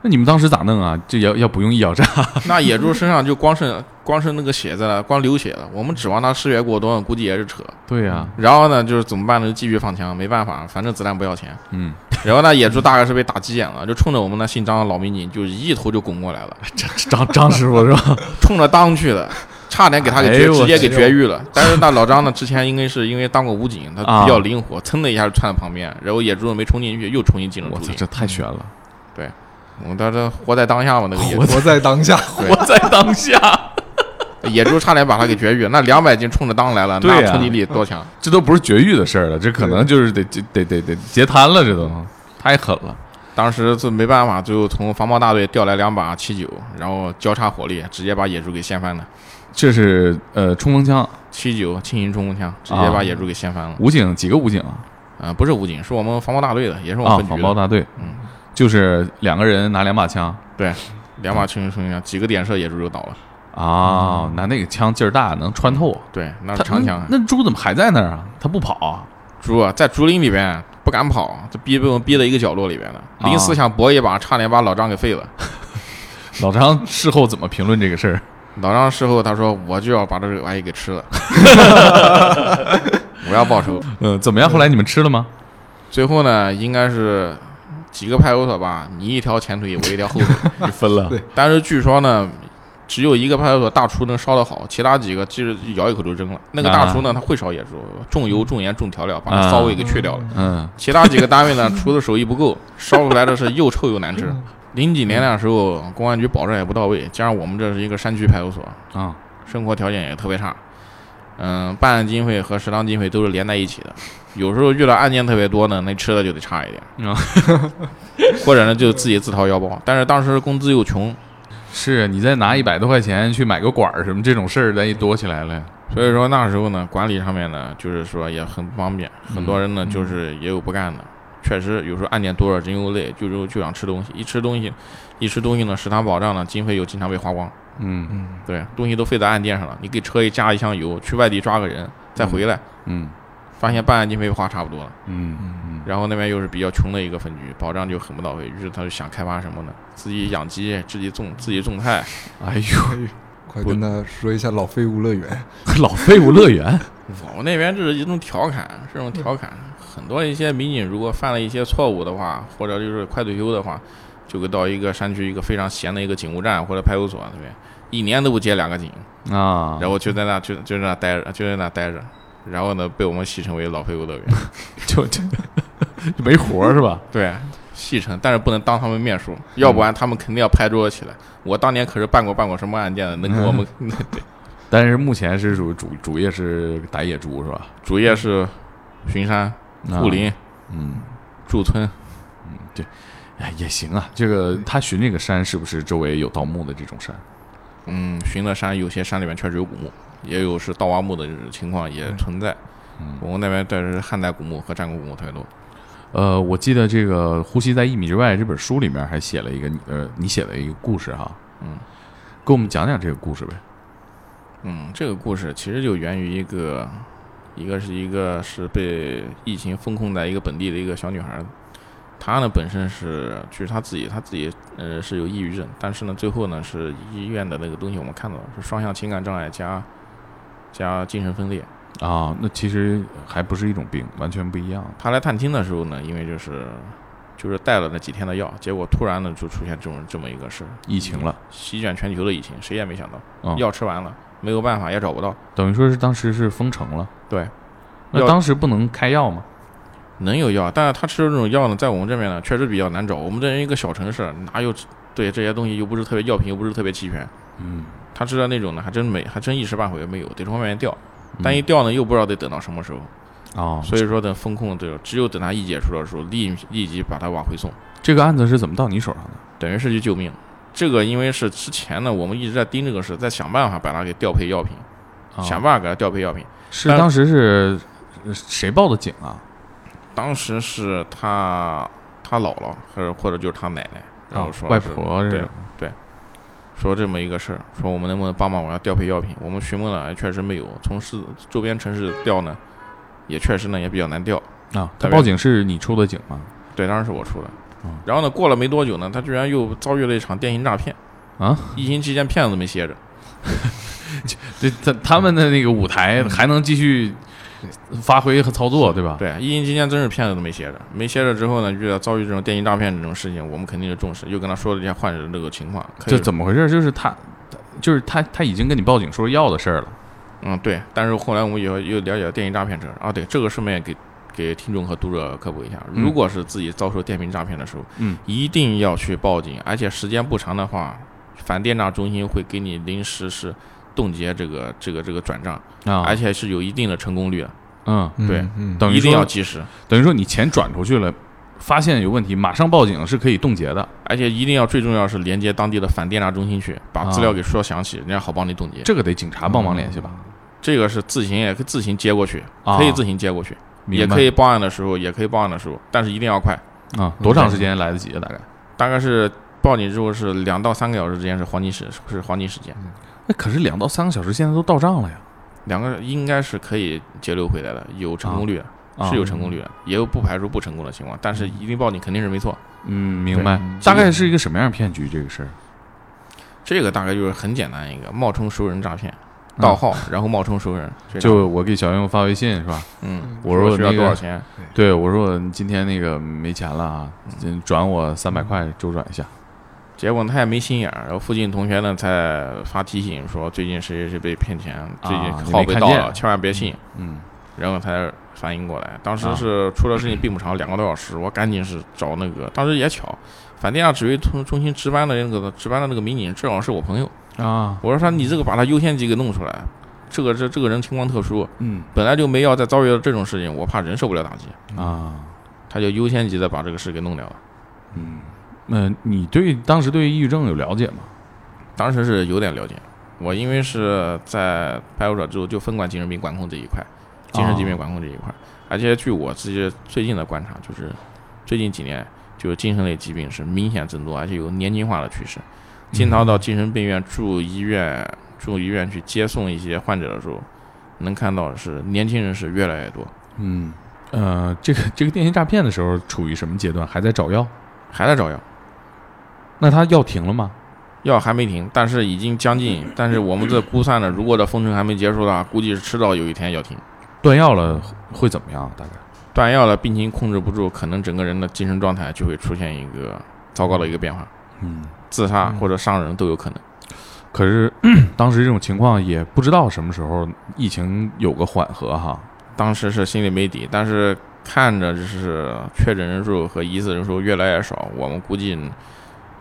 Speaker 3: 那你们当时咋弄啊？这要要不用一咬炸
Speaker 2: 那野猪身上就光剩光剩那个血在那，光流血了。我们指望它失血过多，估计也是扯。
Speaker 3: 对啊呀，
Speaker 2: 然后呢，就是怎么办呢？就继续放枪，没办法，反正子弹不要钱。
Speaker 3: 嗯，
Speaker 2: 然后呢，野猪大概是被打急眼了，就冲着我们那姓张的老民警就一头就拱过来了，
Speaker 3: 嗯 张张师傅是 吧？
Speaker 2: 冲着当去的，差点给他给
Speaker 3: 哎
Speaker 2: 绝、
Speaker 3: 呦
Speaker 2: 直接给
Speaker 3: 我
Speaker 2: 绝育了。但是那老张呢，之前应该是因为当过武警，他
Speaker 3: 啊
Speaker 2: 比较灵活，噌的一下就窜到旁边，然后野猪没冲进去，又重新进了
Speaker 3: 我
Speaker 2: 竹
Speaker 3: 操，
Speaker 2: 林
Speaker 3: 这。太悬了！
Speaker 2: 我们当时活在当下嘛，那个野猪。
Speaker 4: 活在当下，
Speaker 2: 对
Speaker 3: 活在当下，
Speaker 2: 野猪差点把他给绝育，那两百斤冲着裆来了，
Speaker 3: 对啊
Speaker 2: 那
Speaker 3: 呀
Speaker 2: 冲击力多强！
Speaker 3: 这都不是绝育的事儿了，这可能就是得得得得得截瘫了，这都太狠了。
Speaker 2: 当时这没办法，最后从防暴大队调来两把七九，然后交叉火力，直接把野猪给掀翻了。
Speaker 3: 这是呃冲锋枪，
Speaker 2: 七九轻型冲锋枪，直接把野猪给掀翻了。
Speaker 3: 武警几个武警啊？
Speaker 2: 啊、不是武警，是我们防暴大队的，也是我
Speaker 3: 啊，
Speaker 2: 们分
Speaker 3: 防
Speaker 2: 局
Speaker 3: 暴
Speaker 2: 的，
Speaker 3: 大队，
Speaker 2: 嗯，
Speaker 3: 就是两个人拿两把枪
Speaker 2: 对，两把轻轻枪，几个点射野猪就倒了，
Speaker 3: 啊，拿那个枪劲儿大，能穿透。
Speaker 2: 对，那
Speaker 3: 他
Speaker 2: 是嗯长枪，啊
Speaker 3: 那猪怎么还在那儿啊？他不跑啊？
Speaker 2: 猪啊，在竹林里边不敢跑，这逼被我们逼到一个角落里边了，
Speaker 3: 啊
Speaker 2: 临死想搏一把，差点把老张给废了。
Speaker 3: 老张事后怎么评论这个事儿？
Speaker 2: 老张事后他说：“我就要把这个玩意给 吃了， 我要报仇。
Speaker 3: 呃，怎么样？后来你们吃了 吗？”
Speaker 2: 最后呢，应该是几个派出所吧，你一条前腿，我一条后腿。
Speaker 3: 就分了。
Speaker 4: 对
Speaker 2: 但是据说呢，只有一个派出所大厨能烧得好，其他几个就是咬一口就扔了。那个大厨呢，他会烧野猪，重油、重盐、重调料，把那骚味给去掉了。
Speaker 3: 嗯，
Speaker 2: 其他几个单位呢，厨子手艺不够，烧出来的是又臭又难吃。零几年那时候，公安局保障也不到位，加上我们这是一个山区派出所，
Speaker 3: 啊，
Speaker 2: 生活条件也特别差。嗯，办案经费和食堂经费都是连在一起的，有时候遇到案件特别多呢，那吃的就得差一点，
Speaker 3: 啊
Speaker 2: 或者呢就自己自掏腰包。但是当时工资又穷，
Speaker 3: 是你再拿一百多块钱去买个管儿什么这种事儿，咱也躲起来了呀。
Speaker 2: 所以说那时候呢，管理上面呢，就是说也很不方便，很多人呢就是也有不干的。确实，有时候案件多了，人又累，就就就想吃东西，一吃东西，一吃东西呢，食堂保障呢，经费又经常被花光，
Speaker 3: 嗯
Speaker 4: 嗯，
Speaker 2: 对，东西都费在案件上了。你给车一加一箱油，去外地抓个人，再回来，
Speaker 3: 嗯
Speaker 2: 发现办案经费花差不多了。
Speaker 3: 嗯嗯
Speaker 2: 然后那边又是比较穷的一个分局，保障就很不到位，于是他就想开发什么呢？自己养鸡，自己种，自己种菜，
Speaker 3: 哎呦，
Speaker 4: 快跟他说一下老废物乐园。
Speaker 3: 老废物乐园
Speaker 2: 我们那边这是一种调侃，是一种调侃。很多一些民警如果犯了一些错误的话，或者就是快退休的话，就会到一个山区一个非常闲的一个警务站或者派出所那边，一年都不接两个警，
Speaker 3: 啊，
Speaker 2: 然后就在那就就在那待着，就在那待着。然后呢，被我们戏称为“老废物乐园
Speaker 3: 就就就没活儿是吧？”，
Speaker 2: 对，戏称，但是不能当他们面说，要不然他们肯定要拍桌子起来。我当年可是办过办过什么案件的，能给我们、对
Speaker 3: 但是目前是属于主主业是打野猪是吧？
Speaker 2: 主业是巡山、护林、
Speaker 3: 嗯，
Speaker 2: 驻村，
Speaker 3: 哎也行啊。这个他寻这个山是不是周围有盗墓的这种山？
Speaker 2: 嗯，巡了山，有些山里面确实有古墓，也有是盗挖墓的情况也存在。
Speaker 3: 嗯
Speaker 2: 我们那边对是汉代古墓和战国古墓特别多。
Speaker 3: 呃，我记得这个《呼吸在一米之外》这本书里面还写了一个你呃，你写的一个故事哈，
Speaker 2: 嗯，
Speaker 3: 给我们讲讲这个故事呗。
Speaker 2: 嗯，这个故事其实就源于一个，一个是一个是被疫情封控在一个本地的一个小女孩，她呢本身是据她自己，她自己呃是有抑郁症，但是呢最后呢是医院的那个东西我们看到了是双向情感障碍加加精神分裂。
Speaker 3: 啊，那其实还不是一种病，完全不一样。
Speaker 2: 她来探亲的时候呢，因为就是就是带了那几天的药，结果突然呢就出现这种这么一个事儿，
Speaker 3: 疫情了，
Speaker 2: 席卷全球的疫情，谁也没想到，
Speaker 3: 嗯
Speaker 2: 药吃完了没有办法也找不到，
Speaker 3: 等于说是当时是封城了。
Speaker 2: 对，
Speaker 3: 那
Speaker 2: 要
Speaker 3: 当时不能开药吗？
Speaker 2: 能有药，但是他吃的这种药呢，在我们这边呢确实比较难找，我们这边一个小城市哪有对这些东西又不是特别药品又不是特别齐全，
Speaker 3: 嗯，
Speaker 2: 他吃的那种呢还真没还真一时半会儿没有，得从外面调。
Speaker 3: 嗯
Speaker 2: 但一调呢，又不知道得等到什么时候，
Speaker 3: 啊，
Speaker 2: 所以说等风控这个，只有等他一解除的时候，立立即把它往回送。
Speaker 3: 这个案子是怎么到你手上的？
Speaker 2: 等于是去救命。这个因为是之前呢，我们一直在盯这个事，在想办法把它给调配药品，
Speaker 3: 啊
Speaker 2: 想办法给它调配药品。
Speaker 3: 是
Speaker 2: 但
Speaker 3: 当时是呃谁报的警啊？
Speaker 2: 当时是他他姥姥，或者或者就是他奶奶，然后说
Speaker 3: 啊外
Speaker 2: 是
Speaker 3: 婆
Speaker 2: 对
Speaker 3: 是
Speaker 2: 说这么一个事儿，说我们能不能帮忙我要调配药品？我们询问了，哎确实没有，从市周边城市调呢，也确实呢也比较难调。
Speaker 3: 啊，
Speaker 2: 代
Speaker 3: 他
Speaker 2: 表
Speaker 3: 报警是你出的警吗？
Speaker 2: 对，当然是我出的
Speaker 3: 嗯。
Speaker 2: 然后呢，过了没多久呢，他居然又遭遇了一场电信诈骗
Speaker 3: 啊！
Speaker 2: 疫情期间骗子没歇着，
Speaker 3: 这他他们的那个舞台还能继续发挥和操嗯作，对吧？
Speaker 2: 对，啊疫情期间真是骗子都没歇着，没歇着之后呢，遇到遭遇这种电信诈骗这种事情，我们肯定是重视，又跟他说了一下患者的这个情况。可以
Speaker 3: 这怎么回事？就是他，就是他，他已经跟你报警说药的事儿了。
Speaker 2: 嗯，对。但是后来我们又又了解到电信诈骗这儿啊，对，这个顺便给给听众和读者科普一下，
Speaker 3: 嗯
Speaker 2: 如果是自己遭受电信诈骗的时候，
Speaker 3: 嗯，
Speaker 2: 一定要去报警，而且时间不长的话，反电诈中心会给你临时是冻结这个这个这个转账，而
Speaker 3: 啊，
Speaker 2: 且是有一定的成功率的，
Speaker 3: 嗯，
Speaker 2: 对
Speaker 4: 嗯，嗯，
Speaker 3: 等于
Speaker 2: 一定要
Speaker 3: 说，
Speaker 2: 及时，
Speaker 3: 等于说你钱转出去了，发现有问题，马上报警是可以冻结的。
Speaker 2: 而且一定要最重要是连接当地的反电诈中心去，把资
Speaker 3: 啊
Speaker 2: 料给说详细，人家好帮你冻结。
Speaker 4: 嗯
Speaker 3: 这个得警察帮忙联系吧？
Speaker 2: 这个是自行也可以自行接过去，
Speaker 3: 啊
Speaker 2: 可以自行接过去。
Speaker 3: 明
Speaker 2: 也
Speaker 3: 白
Speaker 2: 可以报案的时候，也可以报案的时候，但是一定要快，
Speaker 3: 啊，多长时间来得及啊？大概？
Speaker 2: 大概是报警之后是两到三个小时之间是黄金时，是黄金时间，
Speaker 3: 那哎可是两到三个小时，现在都到账了呀。
Speaker 2: 两个应该是可以截留回来的，有成功率的，
Speaker 3: 啊
Speaker 2: 是有成功率的，也有不排除不成功的情况，但是一定报警肯定是没错。
Speaker 3: 嗯，明白
Speaker 2: 对。
Speaker 3: 大概是一个什么样的骗局？这个事儿
Speaker 2: 这个大概就是很简单一个冒充熟人诈骗，盗号、然后冒充熟人，这个
Speaker 3: 啊就我给小用发微信是吧？
Speaker 2: 嗯，
Speaker 3: 我说
Speaker 2: 需要
Speaker 3: 那
Speaker 2: 多
Speaker 3: 个
Speaker 2: 少钱？
Speaker 3: 对，我说我今天那个没钱了啊，嗯转我三百块周转一下。
Speaker 2: 结果他也没心眼儿，然后附近同学呢才发提醒说最近谁谁谁被骗钱，最近
Speaker 3: 啊你
Speaker 2: 号
Speaker 3: 没
Speaker 2: 被
Speaker 3: 看
Speaker 2: 盗
Speaker 3: 见
Speaker 2: 了，千万别信。
Speaker 3: 嗯，
Speaker 2: 然后才反应过来，当时
Speaker 3: 啊
Speaker 2: 是出了事情并不长，两个多小时，我赶紧是找那个，当时也巧，反啊电价指挥中中心值班的那个值班的那个民警正好是我朋友，
Speaker 3: 啊，
Speaker 2: 我说他你这个把他优先级给弄出来，这个这这个人情况特殊，
Speaker 3: 嗯
Speaker 2: 本来就没要再遭遇到这种事情，我怕人受不了打击，
Speaker 3: 啊，
Speaker 2: 他就优先级的把这个事给弄掉了。
Speaker 3: 嗯，那你对当时对抑郁症有了解吗？
Speaker 2: 当时是有点了解，我因为是在派出所之后就分管精神病管控这一块，精神疾病管控这一块，而且据我自己最近的观察，就是最近几年就是精神类疾病是明显增多，而且有年轻化的趋势。经常到精神病院住医院住医院去接送一些患者的时候，能看到是年轻人是越来越多，
Speaker 3: 嗯，呃，这个这个电信诈骗的时候处于什么阶段？还在找药？
Speaker 2: 还在找药。
Speaker 3: 那他药停了吗？
Speaker 2: 药还没停，但是已经将近。但是我们这估算呢，如果这封城还没结束的话，估计是迟早有一天要停。
Speaker 3: 断药了会怎么样？啊大概？
Speaker 2: 断药了，病情控制不住，可能整个人的精神状态就会出现一个糟糕的一个变化，
Speaker 3: 嗯，
Speaker 2: 自杀或者伤人都有可能。
Speaker 3: 可是 当时这种情况也不知道什么时候疫情有个缓和哈。
Speaker 2: 当时是心里没底，但是看着就是确诊人数和疑似人数越来越少，我们估计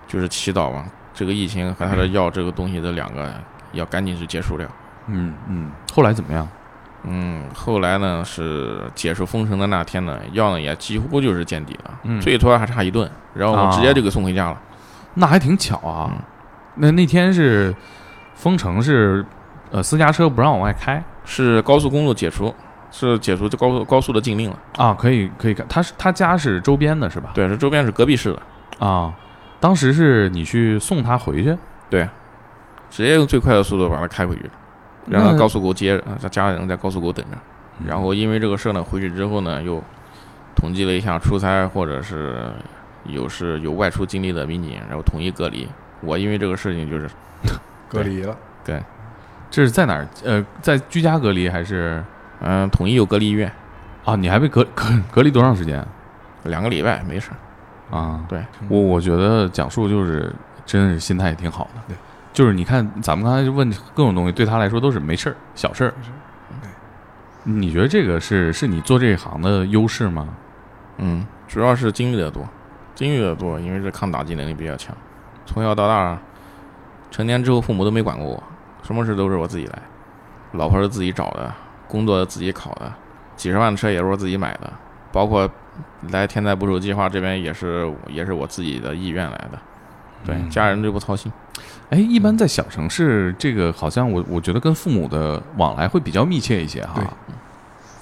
Speaker 2: 就是祈祷吧，这个疫情和他的药这个东西这两个要赶紧是结束掉。
Speaker 3: 嗯嗯，后来怎么样？
Speaker 2: 嗯，后来呢是解除封城的那天呢，药呢也几乎就是见底了，
Speaker 3: 嗯
Speaker 2: 最多还差一顿，然后我直接就给送回家了。
Speaker 3: 那还挺巧啊。
Speaker 2: 嗯
Speaker 3: 那那天是封城是呃私家车不让往外开
Speaker 2: 是高速公路解除，是解除这高速高速的禁令了。
Speaker 3: 啊，可以可以开。他是他家是周边的是吧？
Speaker 2: 对，这周边是隔壁市的，
Speaker 3: 啊，当时是你去送他回去，
Speaker 2: 直接用最快的速度把他开回去，让
Speaker 3: 那
Speaker 2: 他高速沟接着，呃他家人在高速沟等着。然后因为这个事儿呢，回去之后呢，又统计了一下出差或者是有是有外出经历的民警，然后统一隔离。我因为这个事情就是
Speaker 4: 隔离了，
Speaker 3: 这是在哪儿？呃，在居家隔离还是
Speaker 2: 嗯、统一有隔离医院，
Speaker 3: 啊？你还被隔隔隔离多长时间
Speaker 2: 两个礼拜没事儿。
Speaker 3: 啊？
Speaker 2: 对
Speaker 3: 我我觉得讲述就是真是心态也挺好的。
Speaker 4: 对，
Speaker 3: 就是你看咱们刚才就问各种东西，对他来说都是没事儿、小事儿。
Speaker 4: 对
Speaker 3: 你觉得这个是是你做这一行的优势吗？
Speaker 2: 嗯，主要是经历的多，经历的多，因为这抗打击能力比较强。从小到大，成年之后父母都没管过我，什么事都是我自己来，老婆是自己找的，工作是自己考的，几十万的车也是我自己买的，包括来天灾捕手计划这边也是也是我自己的意愿来的。对，
Speaker 3: 嗯
Speaker 2: 家人就不操心。
Speaker 3: 哎，一般在小城市，这个好像我我觉得跟父母的往来会比较密切一些哈
Speaker 4: 对。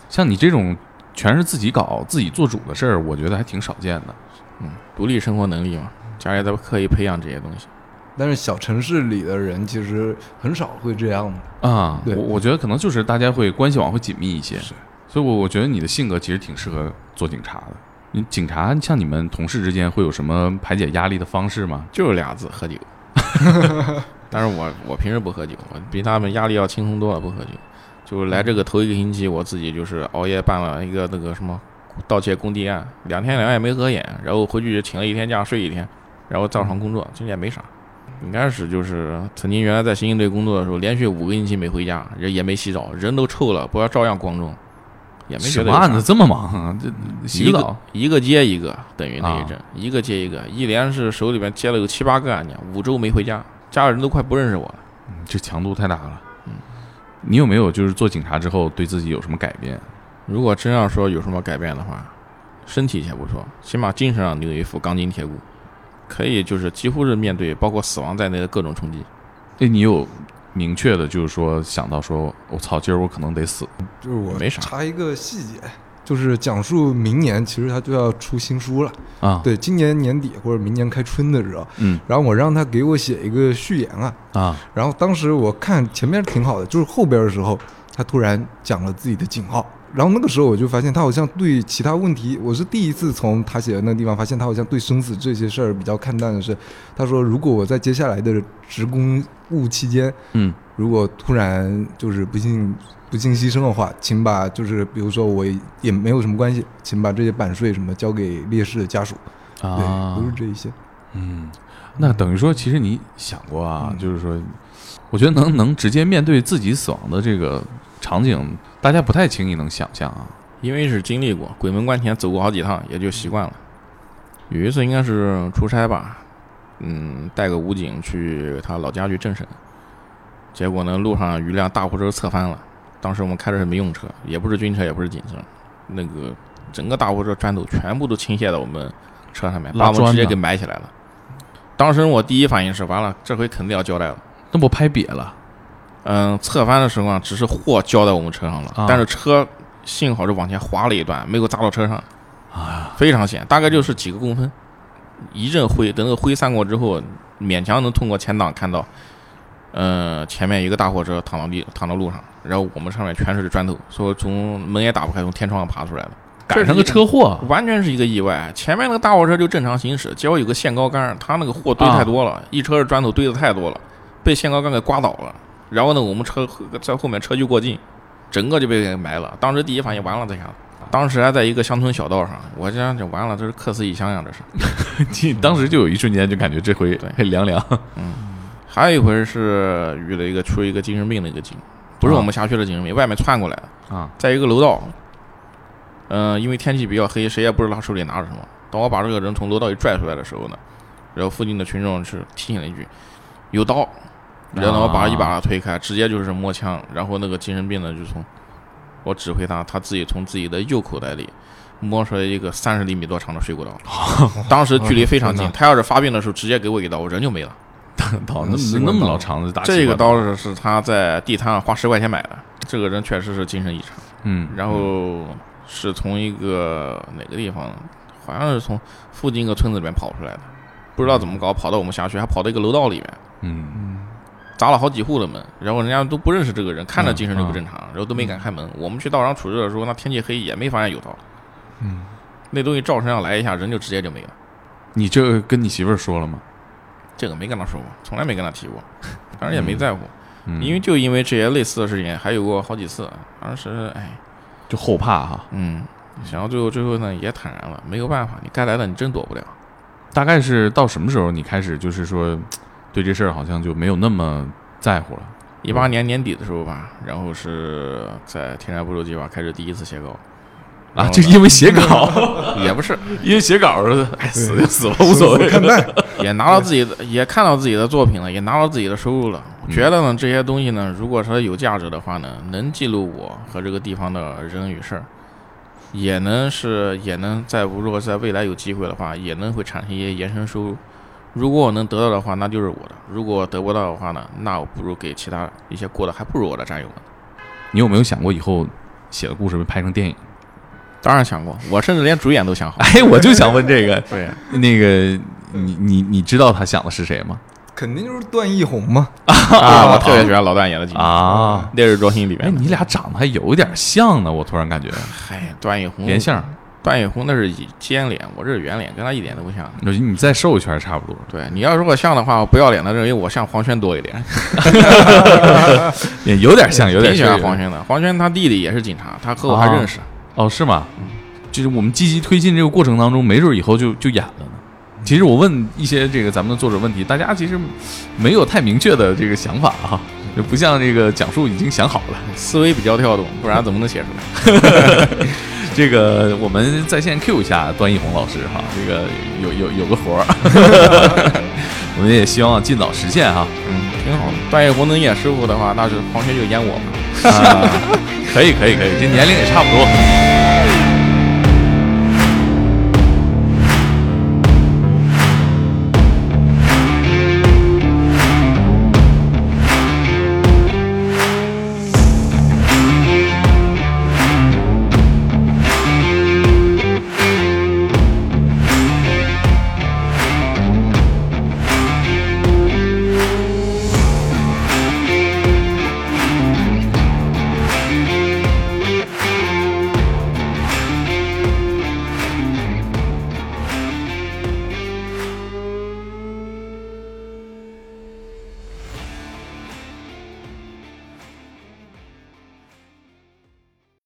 Speaker 3: 像你这种全是自己搞、自己做主的事儿，我觉得还挺少见的。
Speaker 2: 嗯，独立生活能力嘛，家里在刻意培养这些东西。
Speaker 4: 但是小城市里的人其实很少会这样的。
Speaker 3: 啊，我
Speaker 4: 对
Speaker 3: 我觉得可能就是大家会关系网会紧密一些，
Speaker 4: 是
Speaker 3: 所以我我觉得你的性格其实挺适合做警察的。你警察像你们同事之间会有什么排解压力的方式吗？
Speaker 2: 就是俩字，喝酒。 但是我我平时不喝酒，我比他们压力要轻松多了，不喝酒。就是来这个头一个星期，我自己就是熬夜办了一个那个什么盗窃工地案，两天两夜没合眼，然后回去请了一天假睡一天，然后照常工作，其实也没啥。应该是就是曾经原来在刑警队工作的时候，连续五个星期没回家，人也没洗澡，人都臭了，不要照样光中，也没觉
Speaker 3: 什么
Speaker 2: 得有啥
Speaker 3: 案子这么忙啊？这洗澡
Speaker 2: 一个接一个，等于那一
Speaker 3: 啊
Speaker 2: 阵、一个接一个，一连是手里边接了有七八个案件，五周没回家，家人都快不认识我了。
Speaker 3: 这强度太大了。嗯你有没有就是做警察之后对自己有什么改变？
Speaker 2: 如果真要说有什么改变的话，身体先不说，起码精神上你有一副钢筋铁骨，可以就是几乎是面对包括死亡在内的各种冲击。
Speaker 3: 哎，你有明确的，就是说想到说，我操，今儿我可能得死
Speaker 4: 就是我
Speaker 2: 没啥
Speaker 4: 插一个细节，就是讲述明年其实他就要出新书了，
Speaker 3: 啊，
Speaker 4: 对，今年年底或者明年开春的时候，
Speaker 3: 嗯
Speaker 4: 然后我让他给我写一个序言啊，
Speaker 3: 啊，
Speaker 4: 然后当时我看前面挺好的，就是后边的时候，他突然讲了自己的井号，然后那个时候我就发现他好像对其他问题，我是第一次从他写的那个地方发现他好像对生死这些事儿比较看淡的是，他说如果我在接下来的职工务期间，
Speaker 3: 嗯
Speaker 4: 如果突然就是不幸不幸牺牲的话，请把就是比如说我也没有什么关系，请把这些版税什么交给烈士的家属，对，
Speaker 3: 啊
Speaker 4: 都，是这一些，
Speaker 3: 嗯，那等于说，其实你想过啊，
Speaker 4: 嗯
Speaker 3: 就是说，我觉得能能直接面对自己死亡的这个场景，大家不太轻易能想象啊。
Speaker 2: 因为是经历过鬼门关前走过好几趟，也就习惯了。有一次应该是出差吧，嗯，带个武警去他老家去政审，结果呢路上有一辆大货车侧翻了，当时我们开的是民用车，也不是军车，也不是警车，那个整个大货车砖头全部都倾泻到我们车上面，
Speaker 3: 拉
Speaker 2: 把我们
Speaker 3: 砖
Speaker 2: 直接
Speaker 3: 呢
Speaker 2: 给埋起来了。当时我第一反应是完了，这回肯定要交代了。
Speaker 3: 那不拍瘪了
Speaker 2: 嗯，侧翻的时候啊，只是货浇在我们车上了，
Speaker 3: 啊
Speaker 2: 但是车幸好是往前滑了一段，没有砸到车上，啊，非常险，大概就是几个公分，一阵灰，等那个灰散过之后，勉强能通过前挡看到，呃，前面一个大货车躺到地躺到路上，然后我们上面全是砖头，说从门也打不开，从天窗上爬出来了，
Speaker 3: 赶上个
Speaker 2: 这是一
Speaker 3: 车祸，
Speaker 2: 完全是一个意外。前面那个大货车就正常行驶，结果有个限高杆，他那个货堆太多了，一车的砖头堆的太多了，被限高杆给刮倒了。然后呢，我们车在后面车距过近，整个就被给埋了。当时第一反应完了，这下子。当时还在一个乡村小道上，我这样就完了，这是客死异乡呀，这是。
Speaker 3: 你当时就有一瞬间就感觉这回
Speaker 2: 对
Speaker 3: 很凉凉。
Speaker 2: 还有一回是遇了一个出一个精神病的一个警，不是我们辖区的精神病，外面窜过来的
Speaker 3: 啊，
Speaker 2: 在一个楼道，嗯，因为天气比较黑，谁也不知道他手里拿着什么。当我把这个人从楼道里拽出来的时候呢，然后附近的群众是提醒了一句：“有刀！”然后我把一把推开，直接就是摸枪，然后那个精神病呢就从我指挥他，他自己从自己的右口袋里摸出来一个三十厘米多长的水果刀，当时距离非常近，他要是发病的时候直接给我一刀，我人就没了。
Speaker 3: 操，
Speaker 4: 嗯习
Speaker 3: 那
Speaker 4: 惯
Speaker 3: 那么
Speaker 4: 到
Speaker 3: 老
Speaker 4: 了
Speaker 3: 长的大
Speaker 2: 这个
Speaker 3: 刀，
Speaker 2: 刀是是他在地摊上花十块钱买的。这个人确实是精神异常，
Speaker 3: 嗯，
Speaker 2: 然后是从一个哪个地方，好像是从附近一个村子里面跑出来的，不知道怎么搞跑到我们辖区，还跑到一个楼道里面，
Speaker 3: 嗯，
Speaker 2: 砸了好几户的门，然后人家都不认识这个人，看着精神就不
Speaker 3: 嗯
Speaker 2: 正常，然后都没敢开门。我们去道上处置的时候，那天气黑也没发现有刀，
Speaker 4: 嗯，
Speaker 2: 那东西照身上来一下，人就直接就没了。
Speaker 3: 你这跟你媳妇儿说了吗？
Speaker 2: 这个没跟他说过，从来没跟他提过，当然也没
Speaker 3: 嗯
Speaker 2: 在乎，
Speaker 3: 嗯
Speaker 2: 因为就因为这些类似的事情还有过好几次，当时哎。
Speaker 3: 就后怕哈，
Speaker 2: 嗯，想到最后，最后呢也坦然了，没有办法，你该来的你真躲不了。
Speaker 3: 大概是到什么时候你开始就是说对这事儿好像就没有那么在乎了？
Speaker 2: 一八年年底的时候吧，然后是在天然步骤计划开始第一次写稿，然
Speaker 3: 啊，
Speaker 2: 后
Speaker 3: 就
Speaker 2: 呢
Speaker 3: 因为写稿，
Speaker 2: 也不是，
Speaker 3: 因为写稿 儿，哎，死就死吧，无所谓。
Speaker 4: 看待，
Speaker 2: 也拿到自己的， 也看到自己的作品了，也拿到自己的收入了。
Speaker 3: 嗯
Speaker 2: 我觉得呢，这些东西呢，如果说有价值的话呢，能记录我和这个地方的人与事儿，也能是也能在如果在未来有机会的话，也能会产生一些延伸收入。如果我能得到的话，那就是我的；如果得不到的话呢，那我不如给其他一些过得还不如我的战友们。
Speaker 3: 你有没有想过以后写的故事被拍成电影？
Speaker 2: 当然想过，我甚至连主演 都想好。
Speaker 3: 哎，我就想问这个，
Speaker 2: 对，
Speaker 3: 那个你你你知道他想的是谁吗？
Speaker 4: 肯定就是段奕宏嘛，
Speaker 2: 啊，我特别喜欢老段演的几集《
Speaker 3: 啊，
Speaker 2: 烈日灼心》里
Speaker 3: 哎，
Speaker 2: 面的。
Speaker 3: 你俩长得还有点像呢，我突然 感觉
Speaker 2: 嗨，段奕宏
Speaker 3: 连相儿，
Speaker 2: 段奕宏那是以尖脸，我这是圆脸，跟他一点都不像。
Speaker 3: 我觉得你再瘦一圈儿差不多了。
Speaker 2: 对你要如果像的话，我不要脸的认为我像黄轩多一点，
Speaker 3: 也有点像，有点
Speaker 2: 挺
Speaker 3: 像
Speaker 2: 喜欢啊黄轩的。黄轩他弟弟也是警察，他和我还认识。
Speaker 3: 哦，是吗？
Speaker 2: 嗯
Speaker 3: 就是我们积极推进这个过程当中，没准儿以后就就演了呢。其实我问一些这个咱们的作者问题，大家其实没有太明确的这个想法啊，就不像这个讲述已经想好了。
Speaker 2: 思维比较跳动，不然怎么能写出来？
Speaker 3: 这个我们在线 Q 一下段奕宏老师哈，这个有有有个活儿，我们也希望尽早实现哈。
Speaker 2: 嗯，挺好的。段奕宏能演师傅的话，那是黄轩就演我吧。
Speaker 3: 啊，可以可以可以，这年龄也差不多。